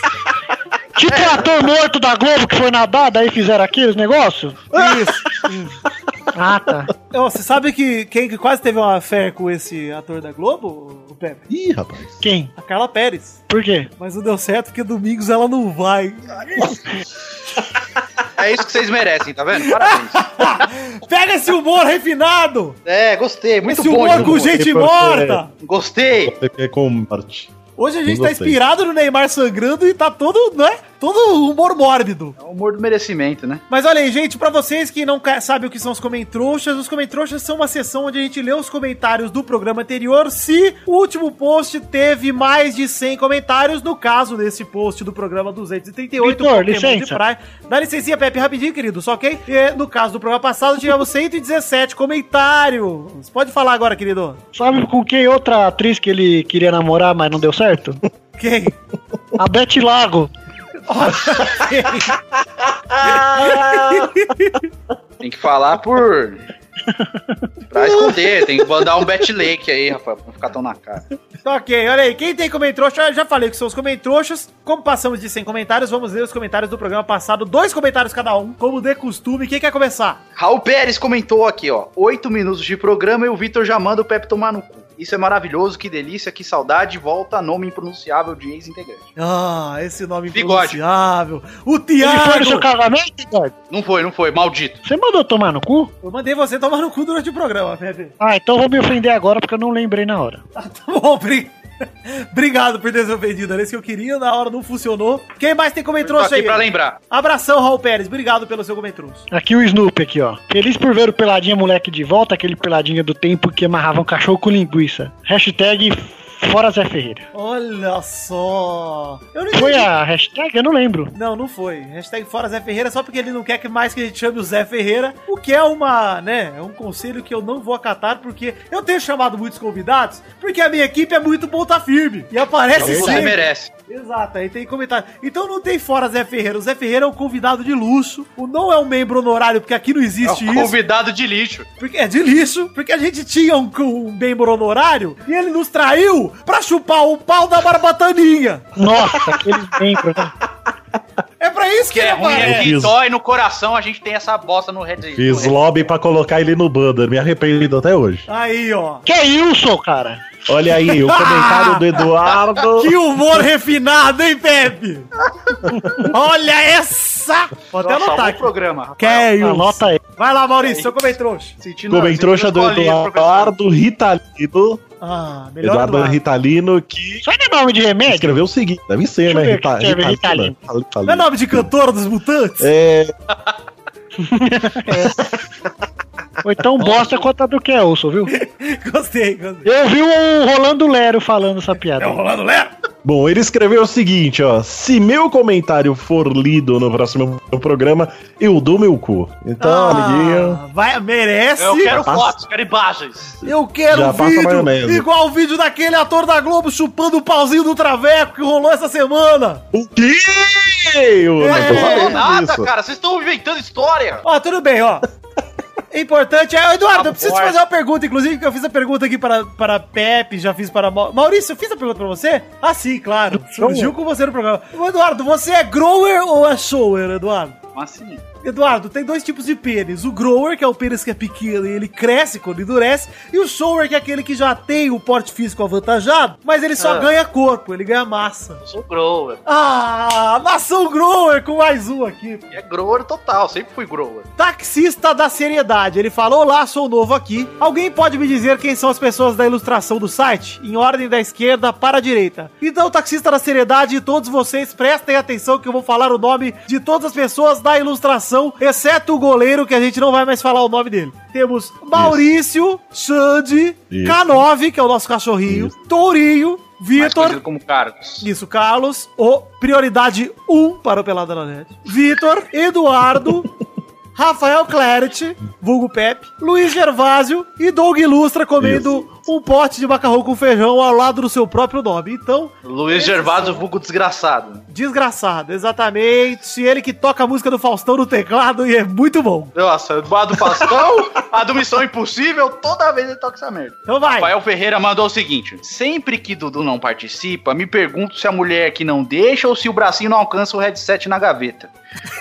Speaker 4: Te trator morto da Globo que foi nadar, daí fizeram aqueles negócio?
Speaker 3: Isso. ah, tá. Você sabe que quem que quase teve uma fé com esse ator da Globo, o Pepe?
Speaker 5: Ih, rapaz.
Speaker 4: Quem?
Speaker 3: A Carla Pérez.
Speaker 4: Por quê?
Speaker 3: Mas não deu certo porque domingos ela não vai.
Speaker 1: É isso que vocês merecem, tá vendo? Parabéns.
Speaker 3: Pega esse humor refinado!
Speaker 1: É, gostei. Muito
Speaker 3: Esse
Speaker 1: bom.
Speaker 3: humor
Speaker 1: Gil.
Speaker 3: com gente
Speaker 5: Você-
Speaker 3: morta!
Speaker 1: Gostei.
Speaker 5: Você quer comparte.
Speaker 3: Hoje a gente
Speaker 5: Não
Speaker 3: tá
Speaker 5: gostei.
Speaker 3: inspirado no Neymar sangrando e tá todo, né? Todo humor mórbido.
Speaker 1: É o humor do merecimento, né?
Speaker 3: Mas olha aí, gente, pra vocês que não ca- sabem o que são os comentrouxas, os comentrouxas são uma sessão onde a gente lê os comentários do programa anterior se o último post teve mais de 100 comentários, no caso desse post do programa 238,
Speaker 4: Vitor,
Speaker 3: Pokémon
Speaker 4: licença.
Speaker 3: Praia. Dá licencinha, Pepe, rapidinho, querido, só ok? E, no caso do programa passado, tivemos 117 comentários. Pode falar agora, querido.
Speaker 4: Sabe com quem outra atriz que ele queria namorar, mas não deu certo?
Speaker 3: Quem?
Speaker 4: A Beth Lago.
Speaker 1: Tem que falar por. pra esconder. Tem que mandar um bet lake aí, rapaz, pra não ficar tão na cara.
Speaker 3: Tá ok, olha aí. Quem tem comentrouxa, eu já falei que são os comentrouxas. Como passamos de 100 comentários, vamos ler os comentários do programa passado. Dois comentários cada um, como de costume. Quem quer começar?
Speaker 1: Raul Pérez comentou aqui, ó. Oito minutos de programa e o Vitor já manda o Pepe tomar no cu. Isso é maravilhoso, que delícia, que saudade. Volta nome impronunciável de ex-integrante.
Speaker 3: Ah, esse nome
Speaker 1: Bigode.
Speaker 3: impronunciável. O
Speaker 4: Ele foi no seu
Speaker 3: Tiago.
Speaker 4: casamento, Eduardo?
Speaker 1: Não foi, não foi. Maldito.
Speaker 4: Você mandou tomar no cu?
Speaker 3: Eu mandei você tomar no cu durante o programa, Pepe.
Speaker 4: Ah, então eu vou me ofender agora porque eu não lembrei na hora.
Speaker 3: [LAUGHS] Tá bom, bri- [LAUGHS] Obrigado por ter se ofendido. Era isso que eu queria, na hora não funcionou. Quem mais tem
Speaker 1: Tô
Speaker 3: comentrouxa
Speaker 1: Tá aqui
Speaker 3: aí?
Speaker 1: pra lembrar.
Speaker 3: Abração, Raul Pérez. Obrigado pelo seu comentrouxa.
Speaker 4: Aqui o Snoopy aqui, ó. Feliz por ver o Peladinha Moleque de volta, aquele Peladinha do tempo que amarrava um cachorro com linguiça. Hashtag Fora Zé Ferreira.
Speaker 3: Olha só. Eu não
Speaker 4: Foi
Speaker 3: entendi.
Speaker 4: a hashtag? Eu não lembro.
Speaker 3: Não, não foi. Hashtag fora Zé Ferreira, só porque ele não quer que mais que a gente chame o Zé Ferreira, o que é uma, né, é um conselho que eu não vou acatar, porque eu tenho chamado muitos convidados, porque a minha equipe é muito ponta firme. E aparece
Speaker 1: Você
Speaker 3: sempre.
Speaker 1: merece.
Speaker 3: Exato, aí tem comentário. Então não tem fora Zé Ferreira. O Zé Ferreira é um convidado de luxo, o não é um membro honorário, porque aqui não
Speaker 1: É
Speaker 3: existe
Speaker 1: um
Speaker 3: isso.
Speaker 1: convidado de lixo.
Speaker 3: Porque é de lixo, porque a gente tinha um, um membro honorário e ele nos traiu pra chupar o pau da barbataninha.
Speaker 4: Nossa, aqueles membros, né?
Speaker 3: É pra isso
Speaker 1: que é ruim é que
Speaker 5: Fiz.
Speaker 1: dói no coração, a gente tem essa bosta no Red
Speaker 5: Fiz lobby pra colocar ele no banner, me arrependido até hoje.
Speaker 3: Aí, ó.
Speaker 4: Que isso, cara?
Speaker 5: Olha aí, o comentário do Eduardo.
Speaker 3: [LAUGHS] Que humor refinado, hein, Pepe? Olha essa! Vou até
Speaker 1: Nossa,
Speaker 3: anotar
Speaker 1: algum
Speaker 3: aqui.
Speaker 1: um programa. rapaz.
Speaker 3: Que é isso?
Speaker 9: Anota aí.
Speaker 3: Vai lá, Maurício, seu comentrouxa.
Speaker 1: Sentindo-
Speaker 5: Comem
Speaker 1: sentindo
Speaker 5: trouxa
Speaker 1: os
Speaker 5: do
Speaker 1: colinhos, professor.
Speaker 5: Eduardo Ritalino.
Speaker 3: Ah, melhor
Speaker 5: Eduardo
Speaker 3: Eduardo.
Speaker 5: Ritalino que
Speaker 4: Isso aí não é nome de
Speaker 1: [LAUGHS]
Speaker 4: remédio?
Speaker 5: escreveu o seguinte: deve ser,
Speaker 4: Deixa eu
Speaker 5: né?
Speaker 4: ver
Speaker 5: Rita-
Speaker 4: o que escreve Ritalino.
Speaker 3: Não é nome de cantora dos mutantes?
Speaker 5: É,
Speaker 4: Ou então bosta conta do que é osso, viu?
Speaker 3: Gostei, gostei.
Speaker 4: Eu vi o Rolando Lero falando essa piada.
Speaker 3: Rolando Lero?
Speaker 5: Bom, ele escreveu o seguinte, ó. Se meu comentário for lido no próximo programa, eu dou meu cu. Então, amiguinho.
Speaker 3: Ah, vai, merece.
Speaker 1: Eu quero
Speaker 5: Passa.
Speaker 1: fotos, quero imagens.
Speaker 3: Eu quero
Speaker 5: Já
Speaker 3: um
Speaker 5: passa
Speaker 3: vídeo
Speaker 5: maionese.
Speaker 3: igual o vídeo daquele ator da Globo chupando o pauzinho do Traveco que rolou essa semana.
Speaker 5: O quê? Eu não tô
Speaker 3: É,
Speaker 1: Não
Speaker 5: falando
Speaker 1: nada,
Speaker 5: disso.
Speaker 1: cara. Vocês estão inventando história.
Speaker 3: Ó, tudo bem, ó. Importante é. Eduardo, eu preciso te
Speaker 1: Aborda.
Speaker 3: fazer uma pergunta, inclusive, que eu fiz a pergunta aqui para, para Pepe, já fiz para. Mau- Maurício, eu fiz a pergunta para você? Ah, sim, claro. Surgiu com você no programa. Ô, Eduardo, você é grower ou é shower, Eduardo?
Speaker 1: Como assim?
Speaker 3: Eduardo, tem dois tipos de pênis. O grower, que é o pênis que é pequeno e ele cresce quando endurece. E o shower, que é aquele que já tem o porte físico avantajado, mas ele só
Speaker 1: Ah.
Speaker 3: ganha corpo, ele ganha massa.
Speaker 1: Eu sou grower.
Speaker 3: Ah, nação grower com mais um aqui.
Speaker 1: E É grower total, sempre fui grower.
Speaker 3: Taxista da seriedade. Ele fala: Olá, sou novo aqui. Alguém pode me dizer quem são as pessoas da ilustração do site? Em ordem da esquerda para a direita. Então, taxista da seriedade, todos vocês prestem atenção que eu vou falar o nome de todas as pessoas da ilustração, exceto o goleiro, que a gente não vai mais falar o nome dele. Temos Maurício, Xande,
Speaker 5: Isso.
Speaker 3: K9, que é o nosso cachorrinho, Tourinho,
Speaker 1: Mais
Speaker 3: Vitor,
Speaker 1: conhecido como Carlos.
Speaker 3: isso, Carlos. O prioridade 1 para o Pelada na Net. Vitor, [LAUGHS] Eduardo, Rafael Claret, vulgo Pepe, Luiz Gervásio e Doug Ilustra comendo um pote de macarrão com feijão ao lado do seu próprio nome. Então,
Speaker 1: Luiz Gervásio, vulgo desgraçado.
Speaker 3: desgraçado, exatamente. Ele que toca a música do Faustão no teclado e é muito bom.
Speaker 1: Nossa, a do [LAUGHS] Pastão, a do Missão Impossível, toda vez ele toca essa merda.
Speaker 3: Então vai.
Speaker 1: Rafael Ferreira mandou o seguinte: Sempre que Dudu não participa, me pergunto se a mulher que não deixa ou se o bracinho não alcança o headset na gaveta.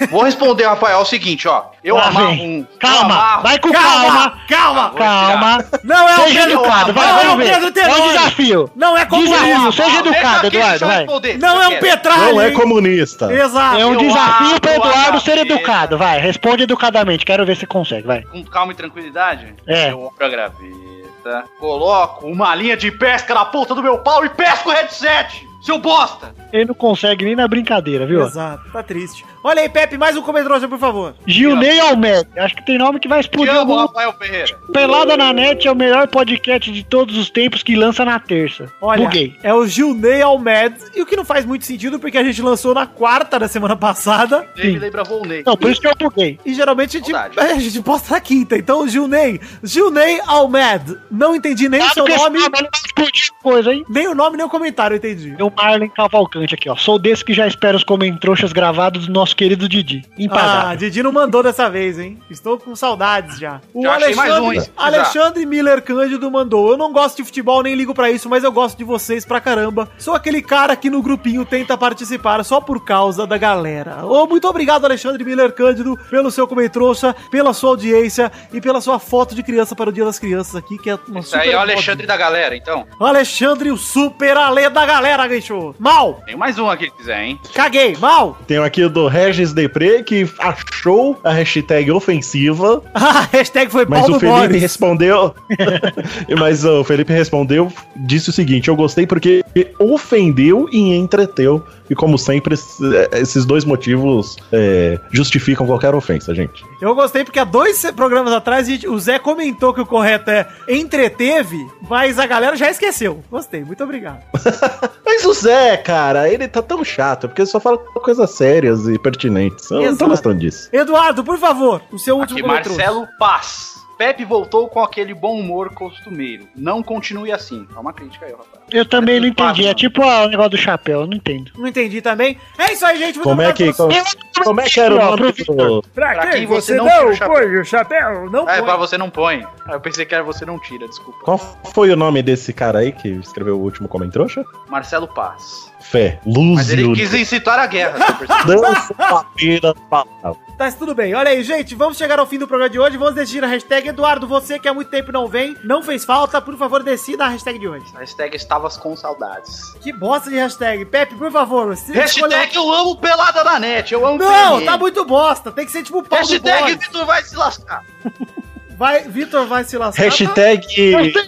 Speaker 1: Vou responder, Rafael, é o seguinte, ó. Eu
Speaker 4: Lá
Speaker 1: amava
Speaker 4: vem.
Speaker 1: um. eu
Speaker 4: Calma,
Speaker 1: amava-
Speaker 4: vai com calma.
Speaker 3: Calma, calma.
Speaker 4: Calma.
Speaker 3: Não é o
Speaker 4: Seja
Speaker 3: Pedro,
Speaker 4: educado, vai,
Speaker 3: não é o
Speaker 4: vamos ver.
Speaker 3: Pedro
Speaker 4: É
Speaker 3: Tenório.
Speaker 4: um desafio.
Speaker 3: Não é
Speaker 4: Desafio,
Speaker 3: comunista.
Speaker 1: Não,
Speaker 4: seja educado,
Speaker 1: deixa aqui,
Speaker 4: Eduardo,
Speaker 1: deixa eu
Speaker 4: vai.
Speaker 1: responder,
Speaker 3: Não é um
Speaker 1: eu quero.
Speaker 3: petralho.
Speaker 5: Não é
Speaker 3: hein?
Speaker 5: comunista.
Speaker 3: Exato.
Speaker 4: É um
Speaker 1: Eu
Speaker 4: desafio
Speaker 1: abro
Speaker 4: pro
Speaker 1: a
Speaker 4: Eduardo ser
Speaker 1: gaveta.
Speaker 4: educado, vai. Responde educadamente, quero ver se consegue, vai.
Speaker 1: Com calma e tranquilidade,
Speaker 4: É.
Speaker 1: eu abro a graveta, coloco uma linha de pesca na ponta do meu pau e pesco o headset, seu bosta!
Speaker 4: Ele não consegue nem na brincadeira, viu?
Speaker 3: Exato, tá triste. Olha aí, Pepe, mais um comentário, por favor.
Speaker 4: Gilney Almeida, acho que tem nome que vai
Speaker 1: Te
Speaker 4: explodir
Speaker 1: amo,
Speaker 4: algum.
Speaker 1: Rafael Ferreira.
Speaker 4: Pelada na net é o melhor podcast de todos os tempos que lança na terça.
Speaker 3: Olha,
Speaker 4: Buguei.
Speaker 3: é o Gilney Almed, e o que não faz muito sentido porque a gente lançou na quarta da semana passada.
Speaker 1: David lembra Volney.
Speaker 4: Não, por isso que eu buguei.
Speaker 3: E geralmente a gente,
Speaker 1: Saudade.
Speaker 3: é, [LAUGHS] a gente posta na quinta. Então, Gilney, Gilney Almed. Não entendi nem o seu
Speaker 4: que
Speaker 3: nome,
Speaker 4: esse tá cara vai explodir coisa, hein?
Speaker 3: nem o nome, nem o comentário, eu entendi.
Speaker 4: Meu Marlon Cavalcante aqui, ó. Sou desse que já espera os comentroxas gravados do nosso querido Didi.
Speaker 3: Ah,
Speaker 4: Impagável.
Speaker 3: Didi não mandou dessa vez, hein? Estou com saudades já. O
Speaker 1: Já achei mais um, hein, se precisar.
Speaker 3: Alexandre Miller Cândido mandou. Eu não gosto de futebol, nem ligo pra isso, mas eu gosto de vocês pra caramba. Sou aquele cara que no grupinho tenta participar só por causa da galera. Ô, muito obrigado, Alexandre Miller Cândido, pelo seu comentroxa, pela sua audiência e pela sua foto de criança para o Dia das Crianças aqui, que é uma
Speaker 1: Isso aí é o Alexandre da
Speaker 3: foto.
Speaker 1: galera, então.
Speaker 3: Alexandre, o super alê da galera, bicho. Mal,
Speaker 1: Tem mais um aqui se quiser, hein?
Speaker 3: caguei, mal. [LAUGHS]
Speaker 5: Tem aqui do Regis Depre que achou a hashtag ofensiva,
Speaker 3: A hashtag foi
Speaker 5: mas
Speaker 3: pau
Speaker 5: o
Speaker 3: do
Speaker 5: Felipe
Speaker 3: Boris.
Speaker 5: respondeu. [LAUGHS] mas o Felipe respondeu, disse o seguinte: eu gostei porque ofendeu e entreteu. E como sempre, es- eh, esses dois motivos é, justificam qualquer ofensa, gente.
Speaker 3: Eu gostei porque há dois programas atrás gente, o Zé comentou que o correto é entreteve, mas a galera já esqueceu. Gostei, muito obrigado.
Speaker 5: Mas o Zé, cara, ele tá tão chato, porque ele só fala coisas sérias e pertinentes. Eu não
Speaker 3: Exato.
Speaker 5: tô gostando disso.
Speaker 3: Eduardo, por favor, o seu último
Speaker 1: Aqui,
Speaker 3: comentário.
Speaker 1: Marcelo Paz. Pepe voltou com aquele bom humor costumeiro. Não continue assim. É uma crítica aí, rapaz.
Speaker 4: Eu também não entendi. Ah, É tipo ah, o negócio do chapéu, eu não entendo.
Speaker 3: Não entendi também. É isso aí, gente. Muito
Speaker 5: Como é que, como, como é que era o nome do...
Speaker 3: Pra,
Speaker 1: Pra
Speaker 3: quem
Speaker 1: quem
Speaker 3: você
Speaker 1: você
Speaker 3: não,
Speaker 1: não tira o chapéu?
Speaker 3: põe o chapéu? Não
Speaker 1: Ah, é
Speaker 3: põe.
Speaker 1: pra você não põe. Ah, Eu pensei que era você não tira, desculpa.
Speaker 5: Qual foi o nome desse cara aí que escreveu o último Comem Trouxa?
Speaker 1: Marcelo Paz.
Speaker 5: Fé, luz
Speaker 1: Mas
Speaker 5: e
Speaker 1: ele
Speaker 5: o
Speaker 1: quis incitar a guerra. né, você percebeu?
Speaker 5: dança papira palavra.
Speaker 3: Tá, tudo bem. Olha aí, gente. Vamos chegar ao fim do programa de hoje. Vamos decidir a hashtag. Eduardo, você que há muito tempo não vem, não fez falta, por favor, decida a hashtag de hoje.
Speaker 1: [LAUGHS] Hashtag estavas com saudades.
Speaker 3: Que bosta de hashtag. Pepe, por favor, você
Speaker 1: Hashtag eu amo pelada na net, eu amo
Speaker 3: Não,
Speaker 1: PNL.
Speaker 3: tá muito bosta. Tem que ser tipo o pau do
Speaker 1: Hashtag
Speaker 3: bode.
Speaker 1: Vitor vai se lascar.
Speaker 3: Vai, Vitor vai se lascar. tá?
Speaker 5: Hashtag então-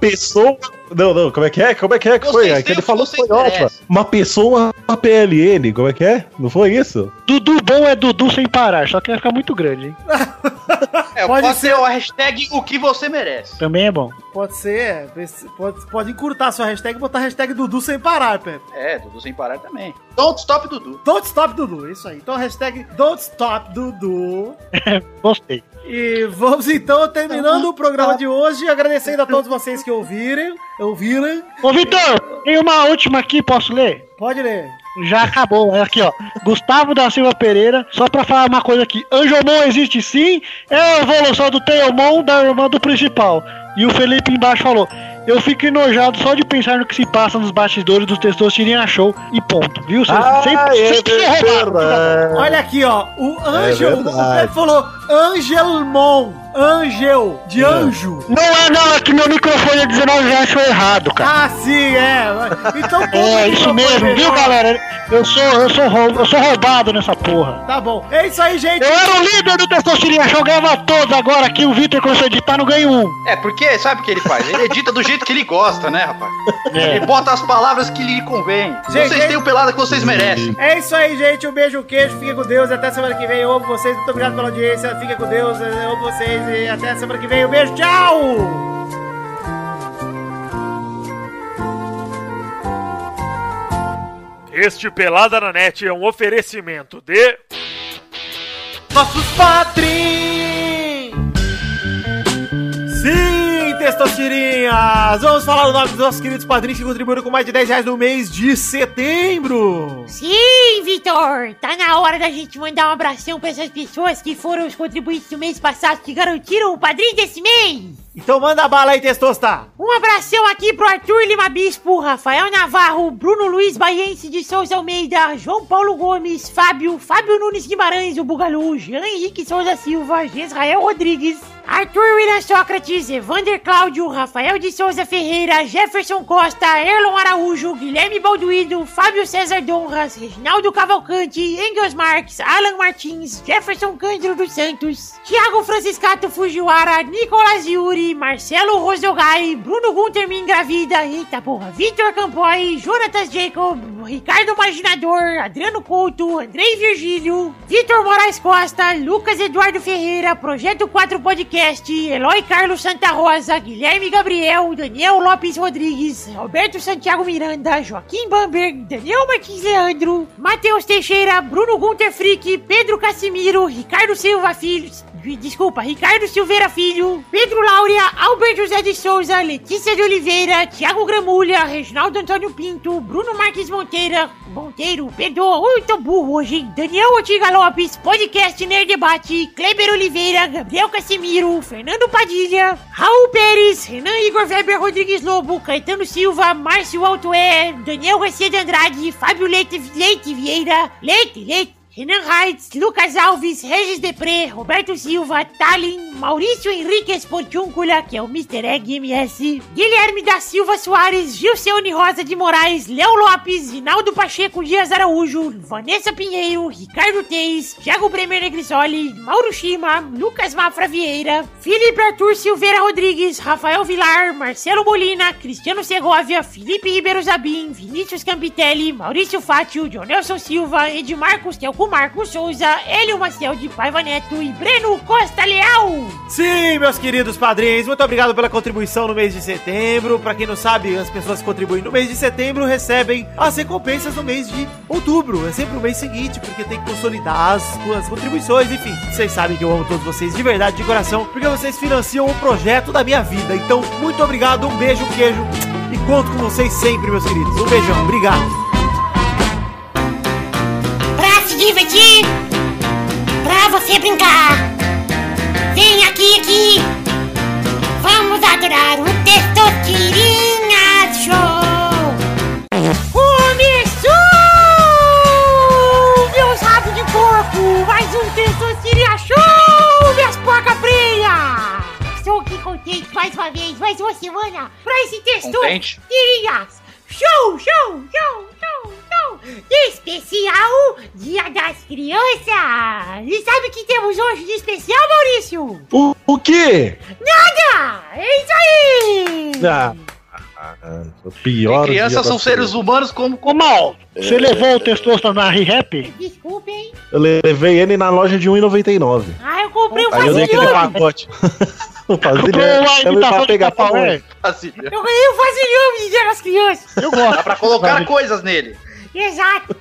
Speaker 5: pessoa. Não, não, como é que é? Como é que é que
Speaker 1: Vocês
Speaker 5: foi?
Speaker 1: têm
Speaker 5: É que
Speaker 1: o
Speaker 5: ele
Speaker 1: que
Speaker 5: falou que
Speaker 1: vocês
Speaker 5: foi ótima.
Speaker 1: merecem.
Speaker 5: Uma pessoa a PLN, como é que é? Não foi isso?
Speaker 4: Dudu bom é Dudu sem parar, só que vai ficar muito grande, hein?
Speaker 1: É,
Speaker 3: Pode
Speaker 1: pode,
Speaker 3: ser.
Speaker 1: ser o hashtag o que você merece.
Speaker 4: Também é bom.
Speaker 3: Pode ser, pode, pode encurtar a sua hashtag e botar a hashtag Dudu sem parar, Pepe.
Speaker 1: É, Dudu sem parar também. Don't stop Dudu.
Speaker 3: Don't stop Dudu, isso aí. Então hashtag Don't stop Dudu.
Speaker 4: Gostei.
Speaker 3: E vamos então terminando o programa de hoje, agradecendo a todos vocês que ouvirem, ouviram.
Speaker 4: Ô, Vitor, tem uma última aqui, posso ler?
Speaker 3: Pode ler.
Speaker 4: Já acabou. É aqui, ó. Gustavo da Silva Pereira, só pra falar uma coisa aqui. Anjomon existe sim, é a evolução do Teomon da irmã do principal. E o Felipe embaixo falou: Eu fico enojado só de pensar no que se passa nos bastidores dos textos Tirinha Show e ponto. Viu? Cês
Speaker 5: Ah, é
Speaker 4: sempre, sempre se roubaram.
Speaker 5: verdade.
Speaker 3: Olha aqui, ó. O
Speaker 4: É
Speaker 3: Angel. o
Speaker 5: verdade.
Speaker 3: Pepe falou Angelmon. Angel.
Speaker 4: Hum,
Speaker 3: De anjo.
Speaker 4: Não é, não, é que meu microfone é 19 reais foi errado, cara.
Speaker 3: Ah, sim, é. Então todo
Speaker 4: tá. É,
Speaker 3: mundo
Speaker 4: isso
Speaker 3: propõe
Speaker 4: mesmo, viu
Speaker 3: melhor.
Speaker 4: galera? Eu sou, eu sou, rou- eu sou roubado nessa porra.
Speaker 3: Tá bom. É isso aí, gente.
Speaker 4: Eu era o líder do Testosterinha Show, ganhava todos agora aqui. O Vitor começou a editar, não ganho um.
Speaker 1: É, porque sabe o que ele faz? Ele edita do jeito que ele gosta, né, rapaz?
Speaker 4: É.
Speaker 1: Ele bota as palavras que lhe convém.
Speaker 3: Gente,
Speaker 1: vocês têm o pelada que vocês merecem.
Speaker 3: É isso aí, gente. Um beijo, um queijo. Fiquem com Deus. Até semana que vem. Eu amo vocês. Muito obrigado pela audiência. Fiquem com Deus. Eu amo vocês. E até semana que vem. Um beijo. Tchau!
Speaker 11: Este Pelada na Net é um oferecimento de.
Speaker 3: nossos patrins! Sim, testosterinhas! Vamos falar o nome dos nossos queridos padrinhos que contribuíram com mais de 10 reais no mês de setembro!
Speaker 7: Sim, Vitor! Tá na hora da gente mandar um abração pra essas pessoas que foram os contribuintes do mês passado que garantiram o padrinho desse mês!
Speaker 3: Então manda bala aí, testosta!
Speaker 7: Um abração aqui pro Arthur Lima Bispo, Rafael Navarro, Bruno Luiz Baiense de Souza Almeida, João Paulo Gomes, Fábio, Fábio Nunes Guimarães, o Bugalu, Jean Henrique Souza Silva, Israel Rodrigues, Arthur William Sócrates, Evander Cláudio, Rafael de Souza Ferreira, Jefferson Costa, Erlon Araújo, Guilherme Balduído, Fábio César Donras, Reginaldo Cavalcante, Engels Marques, Alan Martins, Jefferson Cândido dos Santos, Thiago Franciscato Fujiwara, Nicolas Yuri, Marcelo Rosogai, Bruno Gunter me engravida, eita porra, Vitor Campoy, Jonatas Jacob, Ricardo Maginador, Adriano Couto, Andrei Virgílio, Vitor Moraes Costa, Lucas Eduardo Ferreira, Projeto 4 Podcast, Eloy Carlos Santa Rosa, Guilherme Gabriel, Daniel Lopes Rodrigues, Roberto Santiago Miranda, Joaquim Bamberg, Daniel Martins Leandro, Matheus Teixeira, Bruno Gunter Frick, Pedro Casimiro, Ricardo Silva Filhos, Desculpa, Ricardo Silveira Filho, Pedro Laura, Albert José de Souza, Letícia de Oliveira, Tiago Gramulha, Reginaldo Antônio Pinto, Bruno Marques Monteira, Monteiro, perdoa, ui, tô burro hoje, hein? Daniel Otiga Lopes, Podcast Nerd Debate, Kleber Oliveira, Gabriel Casimiro, Fernando Padilha, Raul Pérez, Renan Igor Weber Rodrigues Lobo, Caetano Silva, Márcio Altoé, Daniel Garcia de Andrade, Fábio Leite, Leite Vieira, Leite, Leite, Renan Reitz, Lucas Alves, Regis Depré, Roberto Silva, Tallin, Maurício Henriquez Portiúncula, que é o Mr. Egg MS, Guilherme da Silva Soares, Gilceone Rosa de Moraes, Léo Lopes, Rinaldo Pacheco Dias Araújo, Vanessa Pinheiro, Ricardo Teis, Thiago Bremer Negrisoli, Mauro Shima, Lucas Mafra Vieira, Felipe Arthur Silveira Rodrigues, Rafael Vilar, Marcelo Molina, Cristiano Segovia, Felipe Ribeiro Zabim, Vinícius Campitelli, Maurício Fátio, John Nelson Silva, Edmarcos Telco Marcos Souza, Hélio Maciel de Paiva Neto e Breno Costa Leal.
Speaker 3: Sim, meus queridos padrinhos, muito obrigado pela contribuição no mês de setembro. Pra quem não sabe, as pessoas que contribuem no mês de setembro recebem as recompensas no mês de outubro. É sempre o mês seguinte, porque tem que consolidar as suas contribuições. Enfim, vocês sabem que eu amo todos vocês de verdade, de coração, porque vocês financiam o projeto da minha vida. Então, muito obrigado, um beijo, um queijo. E conto com vocês sempre, meus queridos. Um beijão, obrigado.
Speaker 7: Pra se divertir, pra você brincar. Vem aqui, aqui. Vamos adorar o Testosterinha Show. Começou, meus rabos de porco. Mais um Testosterinha Show, minhas porcas frias. Estou aqui contente mais uma vez, mais uma semana pra esse
Speaker 1: Contente?
Speaker 7: Testosterinha Show, show, show, show, show. Especial Dia das Crianças. E sabe o que temos hoje de especial, Maurício?
Speaker 5: O, o quê?
Speaker 7: Nada! É isso aí!
Speaker 5: Ah, ah, ah, o pior. dia
Speaker 1: Crianças
Speaker 5: da
Speaker 1: são seres humanos como
Speaker 4: Ô, Mal,
Speaker 1: É.
Speaker 4: você levou o testosta na Re-Rap?
Speaker 7: Desculpem. hein?
Speaker 5: Eu levei ele na loja de 1,99.
Speaker 7: Ah, eu comprei um
Speaker 5: Aí eu dei aquele
Speaker 7: vasilhame.
Speaker 5: pacote. [LAUGHS] o tá
Speaker 4: Comprou
Speaker 5: Brasileiro.
Speaker 4: a
Speaker 5: Eu
Speaker 4: imitação
Speaker 5: pra
Speaker 4: de
Speaker 5: é pegar pra
Speaker 4: Capaué.
Speaker 7: Eu ganhei um vasilhame de Dia das Crianças.
Speaker 4: Eu gosto.
Speaker 1: Dá pra colocar coisas nele.
Speaker 7: Exato.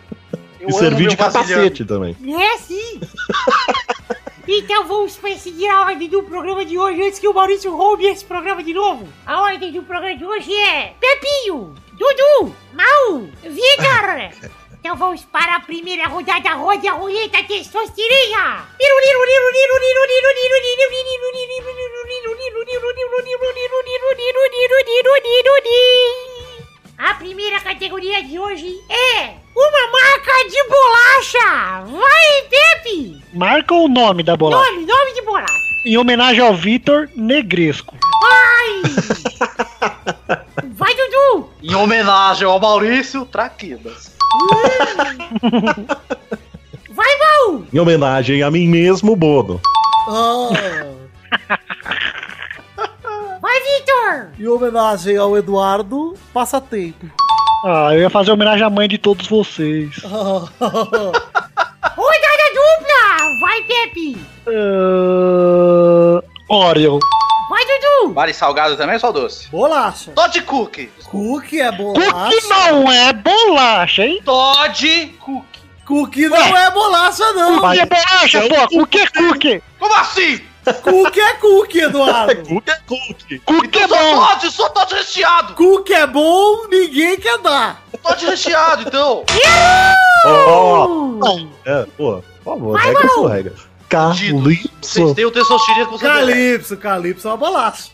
Speaker 5: E servir de capacete também.
Speaker 7: É sim. Então vamos pra seguir a ordem do programa de hoje antes que o Maurício roube esse programa de novo. A ordem do programa de hoje é Pepinho, Dudu, Mau, Vitor. Então vamos para a primeira rodada, roda a roleta testosterina. A primeira categoria de hoje é uma marca de bolacha. Vai, Pepe!
Speaker 4: Marca o nome da bolacha.
Speaker 7: Nome, nome de bolacha.
Speaker 4: Em homenagem ao Vitor Negresco.
Speaker 7: Ai! Vai, Dudu!
Speaker 1: Em homenagem ao Maurício Traquinas.
Speaker 7: Vai, Mau!
Speaker 5: Em homenagem a mim mesmo, Bono.
Speaker 3: Ah,
Speaker 7: Vai, Vitor!
Speaker 3: Em homenagem ao Eduardo, passatempo.
Speaker 4: Ah, eu ia fazer homenagem à mãe de todos vocês.
Speaker 3: Ah.
Speaker 7: Rodada dupla! Vai, Pepe!
Speaker 4: Ah, Oreo.
Speaker 7: Vai, Dudu!
Speaker 1: Vale salgado também ou só doce?
Speaker 3: Bolacha.
Speaker 1: Todd Cook.
Speaker 3: Cookie é bolacha.
Speaker 4: Cookie não é bolacha, hein?
Speaker 1: Todd Cook.
Speaker 3: Cookie não é bolacha, não.
Speaker 4: Cookie é bolacha, pô. Cookie é cookie.
Speaker 1: Como assim?
Speaker 3: Cookie é cookie, Eduardo.
Speaker 5: Cookie é cookie.
Speaker 4: Cookie é
Speaker 1: Então sou
Speaker 4: bom.
Speaker 1: Todd, sou Todd recheado.
Speaker 3: Cookie é bom, ninguém quer dar.
Speaker 1: Todd recheado, então.
Speaker 5: Ó, é, pô, por favor, regra sua regra.
Speaker 1: Vocês
Speaker 5: Calypso.
Speaker 1: têm o testosterona que você tem.
Speaker 3: Calypso, Calypso é uma bolacha.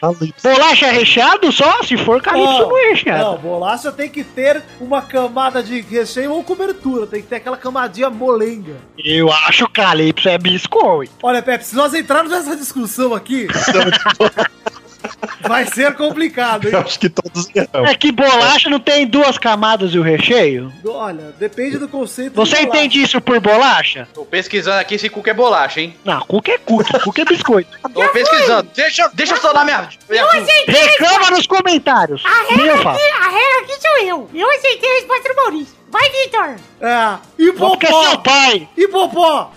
Speaker 5: Calypso.
Speaker 4: Bolacha é recheado só? Se for calypso, não é recheado.
Speaker 3: Não, bolacha tem que ter uma camada de recheio ou cobertura. Tem que ter aquela camadinha molenga.
Speaker 4: Eu acho calypso é biscoito.
Speaker 3: Olha, Pepe, se nós entrarmos nessa discussão aqui, vai ser complicado, hein?
Speaker 5: Eu acho que todos erram.
Speaker 4: É que bolacha não tem duas camadas e o recheio?
Speaker 3: Olha, depende do conceito. de
Speaker 4: Você
Speaker 3: bolacha.
Speaker 4: entende isso por bolacha?
Speaker 1: Tô pesquisando aqui se Cook é bolacha, hein?
Speaker 4: Não, cookie é cookie, cookie é biscoito.
Speaker 1: Tô pesquisando. Deixa, deixa eu sonar minha. minha
Speaker 7: Eu aceitei!
Speaker 4: Reclama nos comentários.
Speaker 7: A
Speaker 4: Nem eu
Speaker 7: regra,
Speaker 4: faço.
Speaker 7: aqui, a regra aqui sou eu! Eu aceitei a resposta do Maurício! Vai, Vitor!
Speaker 3: É, e
Speaker 4: Porque é seu
Speaker 3: popó?
Speaker 4: pai.
Speaker 3: E popó?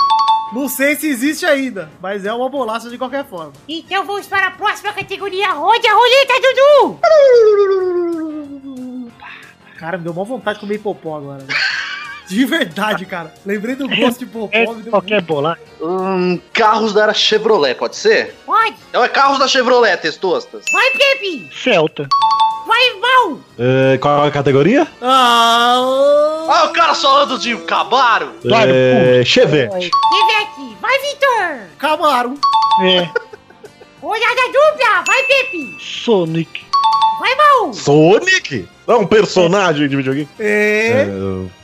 Speaker 3: Não sei se existe ainda, mas é uma bolacha de qualquer forma.
Speaker 7: Então vamos para a próxima categoria, roda a roleta, Dudu!
Speaker 3: Cara, me deu mó vontade de comer popó agora. né? De verdade, cara. Lembrei do gosto de popó.
Speaker 4: É
Speaker 3: me deu
Speaker 4: qualquer bolacha.
Speaker 1: Hum, carros da Chevrolet, pode ser?
Speaker 7: Pode!
Speaker 1: Então é carros da Chevrolet, testostas.
Speaker 7: Vai, Pepe!
Speaker 4: Celta.
Speaker 7: Vai, Mau!
Speaker 5: É, qual é a categoria?
Speaker 3: Ah,
Speaker 1: Ah, o cara só anda de Camaro.
Speaker 4: Claro,
Speaker 5: É, Chevette.
Speaker 7: Pivete! Vai, Vitor!
Speaker 3: Camaro.
Speaker 4: É.
Speaker 7: Rodada dupla! Vai, Pepe!
Speaker 4: Sonic.
Speaker 7: Vai, Mau!
Speaker 5: Sonic? É um personagem de videogame.
Speaker 3: É.
Speaker 5: É,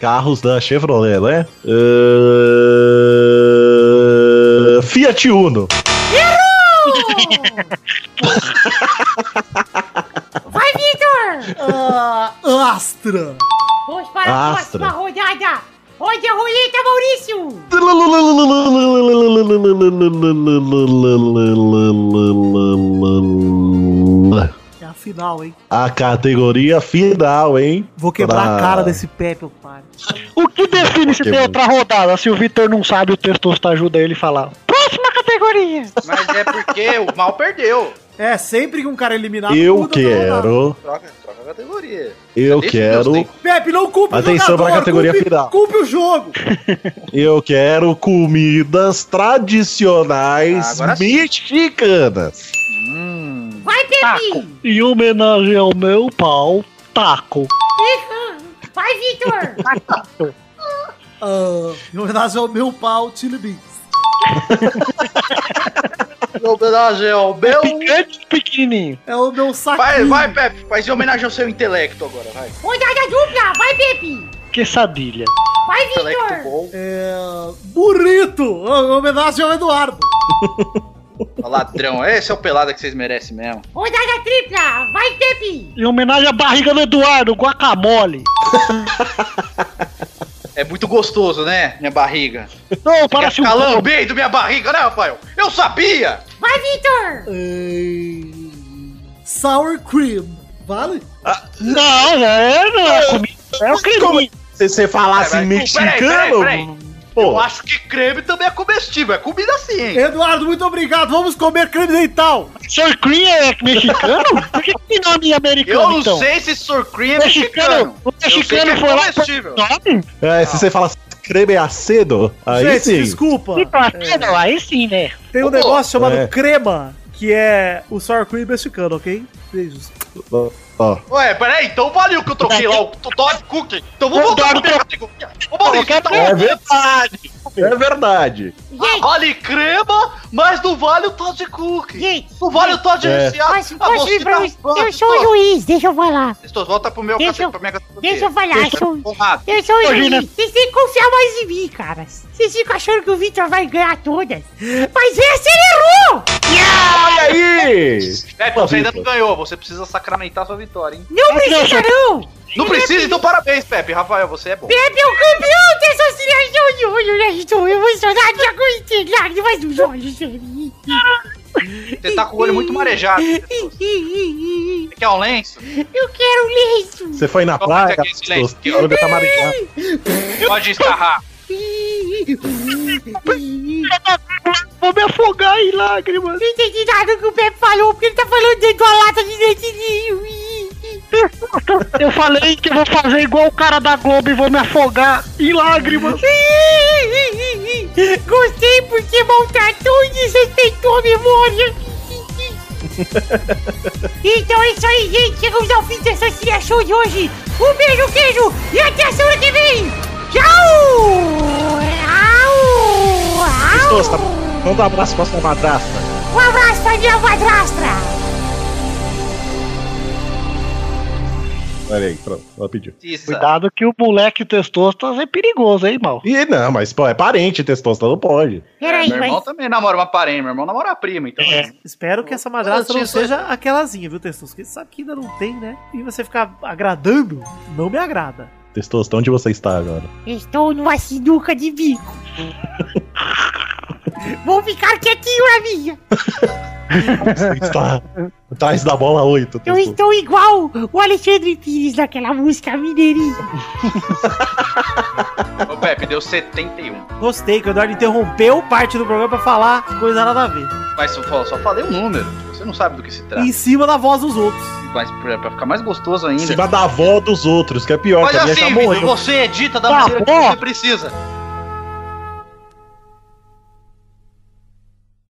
Speaker 5: carros da Chevrolet, né? É, Fiat Uno.
Speaker 7: Vai, Vitor!
Speaker 3: Ah, Astra.
Speaker 7: Vamos para a
Speaker 5: Astra.
Speaker 7: próxima rodada! Roda a roleta, Maurício!
Speaker 3: É a final, hein?
Speaker 5: A categoria final, hein?
Speaker 3: Vou quebrar
Speaker 5: Pra-
Speaker 3: a cara desse Pepe, otário.
Speaker 4: O que define se
Speaker 5: Que
Speaker 4: tem
Speaker 5: bom.
Speaker 4: outra rodada? Se o Vitor não sabe, o Testosta ajuda ele a falar. Próxima categoria.
Speaker 1: Mas é porque o mal perdeu.
Speaker 3: É, sempre que um cara eliminar.
Speaker 5: Eu
Speaker 3: muda toda rodada.
Speaker 5: quero,
Speaker 1: Troca, troca a categoria.
Speaker 5: eu
Speaker 1: Deixa Deus
Speaker 5: quero,
Speaker 1: ter-
Speaker 3: Pepe, não culpe
Speaker 5: Atenção
Speaker 3: o jogador,
Speaker 5: pra categoria
Speaker 3: culpe,
Speaker 5: final.
Speaker 3: Culpe o jogo.
Speaker 5: eu quero comidas tradicionais
Speaker 1: Ah, Agora sim.
Speaker 5: mexicanas.
Speaker 1: Hum.
Speaker 7: Vai, Pepe! Guilherme!
Speaker 4: Em homenagem ao meu pau, taco.
Speaker 7: Vai, Vitor!
Speaker 2: Ah, em homenagem ao meu pau, Tilly Beats.
Speaker 1: Em
Speaker 5: um
Speaker 1: homenagem ao meu.
Speaker 4: Picante pequenininho.
Speaker 2: É o meu saco.
Speaker 1: Vai, vai, Pepe, faz em homenagem ao seu intelecto agora, vai.
Speaker 7: Rodada dupla! Vai, Pepe!
Speaker 4: Quesadilha.
Speaker 7: Vai,
Speaker 1: Intelecto
Speaker 7: Vitor!
Speaker 1: bom.
Speaker 2: É, burrito! Em homenagem ao Eduardo.
Speaker 1: Ladrão, esse é o pelada que vocês merecem mesmo.
Speaker 7: Rodada tripla! Vai, Pepe!
Speaker 4: Em homenagem à barriga do Eduardo, guacamole.
Speaker 1: É muito gostoso, né? Minha barriga.
Speaker 4: Não,
Speaker 1: Quer
Speaker 4: parece um
Speaker 1: ficar lambendo minha barriga, né, Rafael? Eu sabia!
Speaker 7: Vai, Vitor!
Speaker 2: É, sour cream. Vale?
Speaker 4: Não, é, não é comida. É o crime.
Speaker 5: Se você falar assim, mexicano.
Speaker 1: Eu
Speaker 5: Pô,
Speaker 1: acho que creme também é comestível, é comida sim, hein?
Speaker 2: Eduardo, muito obrigado. Vamos comer creme dental.
Speaker 4: Sir Cream é mexicano? Por que que tem nome
Speaker 1: Eu
Speaker 4: americano,
Speaker 1: não
Speaker 4: então?
Speaker 1: sei se sorcream é
Speaker 4: Mexicano,
Speaker 1: mexicano.
Speaker 4: o
Speaker 1: Eu sei que é
Speaker 4: mexicano foi lá e
Speaker 1: comestível.
Speaker 4: pôs nome?
Speaker 5: é, se você falar assim, creme acedo, aí
Speaker 3: Gente,
Speaker 5: sim.
Speaker 3: desculpa.
Speaker 1: tá.
Speaker 4: Então, é, não, aí sim, né?
Speaker 3: Tem um negócio chamado
Speaker 5: É.
Speaker 3: crema, que é o sour cream mexicano, ok? Beijos.
Speaker 5: Ó, ó.
Speaker 1: Ué, peraí, então valeu que eu troquei lá o Todd Cookie. Então vou
Speaker 4: O
Speaker 1: voltar pra
Speaker 4: Todd
Speaker 1: minha categoria. Ô, Maurício, tá
Speaker 5: É verdade. É verdade.
Speaker 3: Ah.
Speaker 7: Gente,
Speaker 1: Vale crema, mas não vale o Todd Cookie.
Speaker 7: gente!
Speaker 1: Não vale o Todd
Speaker 5: É.
Speaker 1: Recheado.
Speaker 7: Posso,
Speaker 1: Ah,
Speaker 7: posso
Speaker 1: você
Speaker 7: ir pra
Speaker 1: tá-
Speaker 7: um... Eu sou o juiz, deixa eu falar.
Speaker 1: Estou, volta pro meu
Speaker 7: Deixa
Speaker 1: cacete,
Speaker 7: eu-
Speaker 1: pra minha categoria.
Speaker 7: Deixa eu falar, eu sou...
Speaker 1: Conrado,
Speaker 7: Eu sou o
Speaker 4: Hoje, né?
Speaker 7: juiz. Vocês têm que confiar mais em mim, cara. Vocês ficam achando que o Vitor vai ganhar todas. Mas essa ele errou!
Speaker 5: Olha aí!
Speaker 1: Pepe, É, você ainda não ganhou, você precisa sacramentar sua vitória, hein?
Speaker 7: Não
Speaker 4: Mas não,
Speaker 7: precisa, não!
Speaker 1: Não precisa, então parabéns, Pepe. Rafael, você é bom.
Speaker 7: Pepe é o campeão dessa seleção de olho, né? Estou emocionado já com esse lágrimas dos olhos dele.
Speaker 1: Você tá com o olho muito marejado. né, Você quer um lenço?
Speaker 7: Eu quero um lenço.
Speaker 5: Você foi na
Speaker 1: Qual
Speaker 5: praia,
Speaker 1: que é esse lenço?
Speaker 5: você olha pra Maringá.
Speaker 1: Pode escarrar.
Speaker 4: Vou me afogar em lágrimas.
Speaker 7: Não entendi nada do que o Pepe falou, porque ele tá falando dentro de uma lata de dentinho.
Speaker 4: [LAUGHS] Eu falei que eu vou fazer igual o cara da Globo e vou me afogar em lágrimas.
Speaker 7: Gostei porque maltratou e desrespeitou a memória. Então é isso aí, gente. Chegamos ao fim dessa Cine Show de hoje. Um beijo, queijo e até a semana que vem. Tchau! Au!
Speaker 5: Gostoso, tá? Manda um abraço pra sua madrasta.
Speaker 7: Au! Um abraço pra minha madrastra.
Speaker 5: Olha aí, pronto, ela pediu.
Speaker 1: Cissa.
Speaker 4: Cuidado que o moleque testosterona é perigoso, hein, mal.
Speaker 5: Ih, não, mas pô, é parente, testosterona não pode.
Speaker 7: Peraí,
Speaker 1: né, meu irmão tá-
Speaker 7: mas...
Speaker 1: também namora uma parente, meu irmão namora a prima, então.
Speaker 4: É.
Speaker 3: Espero que essa madrasta não
Speaker 1: Notícia.
Speaker 3: seja aquelazinha, viu, Testão? Porque sabe que ainda não tem, né? E você ficar agradando, não me agrada.
Speaker 5: Testosterona, onde você está agora?
Speaker 7: Estou numa sinuca de
Speaker 5: [LAUGHS]
Speaker 7: bico. Vou ficar quietinho na minha.
Speaker 5: Você está atrás da bola 8.
Speaker 7: Eu
Speaker 5: Testosterona.
Speaker 7: estou igual o Alexandre Pires naquela música mineirinha.
Speaker 1: Ô, Pepe, deu 71.
Speaker 3: Gostei que o Eduardo interrompeu parte do programa pra falar coisa nada a ver.
Speaker 1: Mas só, só falei um número. Você não sabe do que se trata.
Speaker 3: Em cima da voz dos outros.
Speaker 1: Mas pra, pra ficar mais gostoso
Speaker 5: Em
Speaker 1: ainda.
Speaker 5: cima da avó dos outros, que é pior,
Speaker 1: Mas
Speaker 5: que a minha
Speaker 1: assim,
Speaker 5: já
Speaker 1: Vitor,
Speaker 5: morreu.
Speaker 1: você edita da
Speaker 4: Tá
Speaker 1: maneira que
Speaker 4: bom.
Speaker 1: você precisa.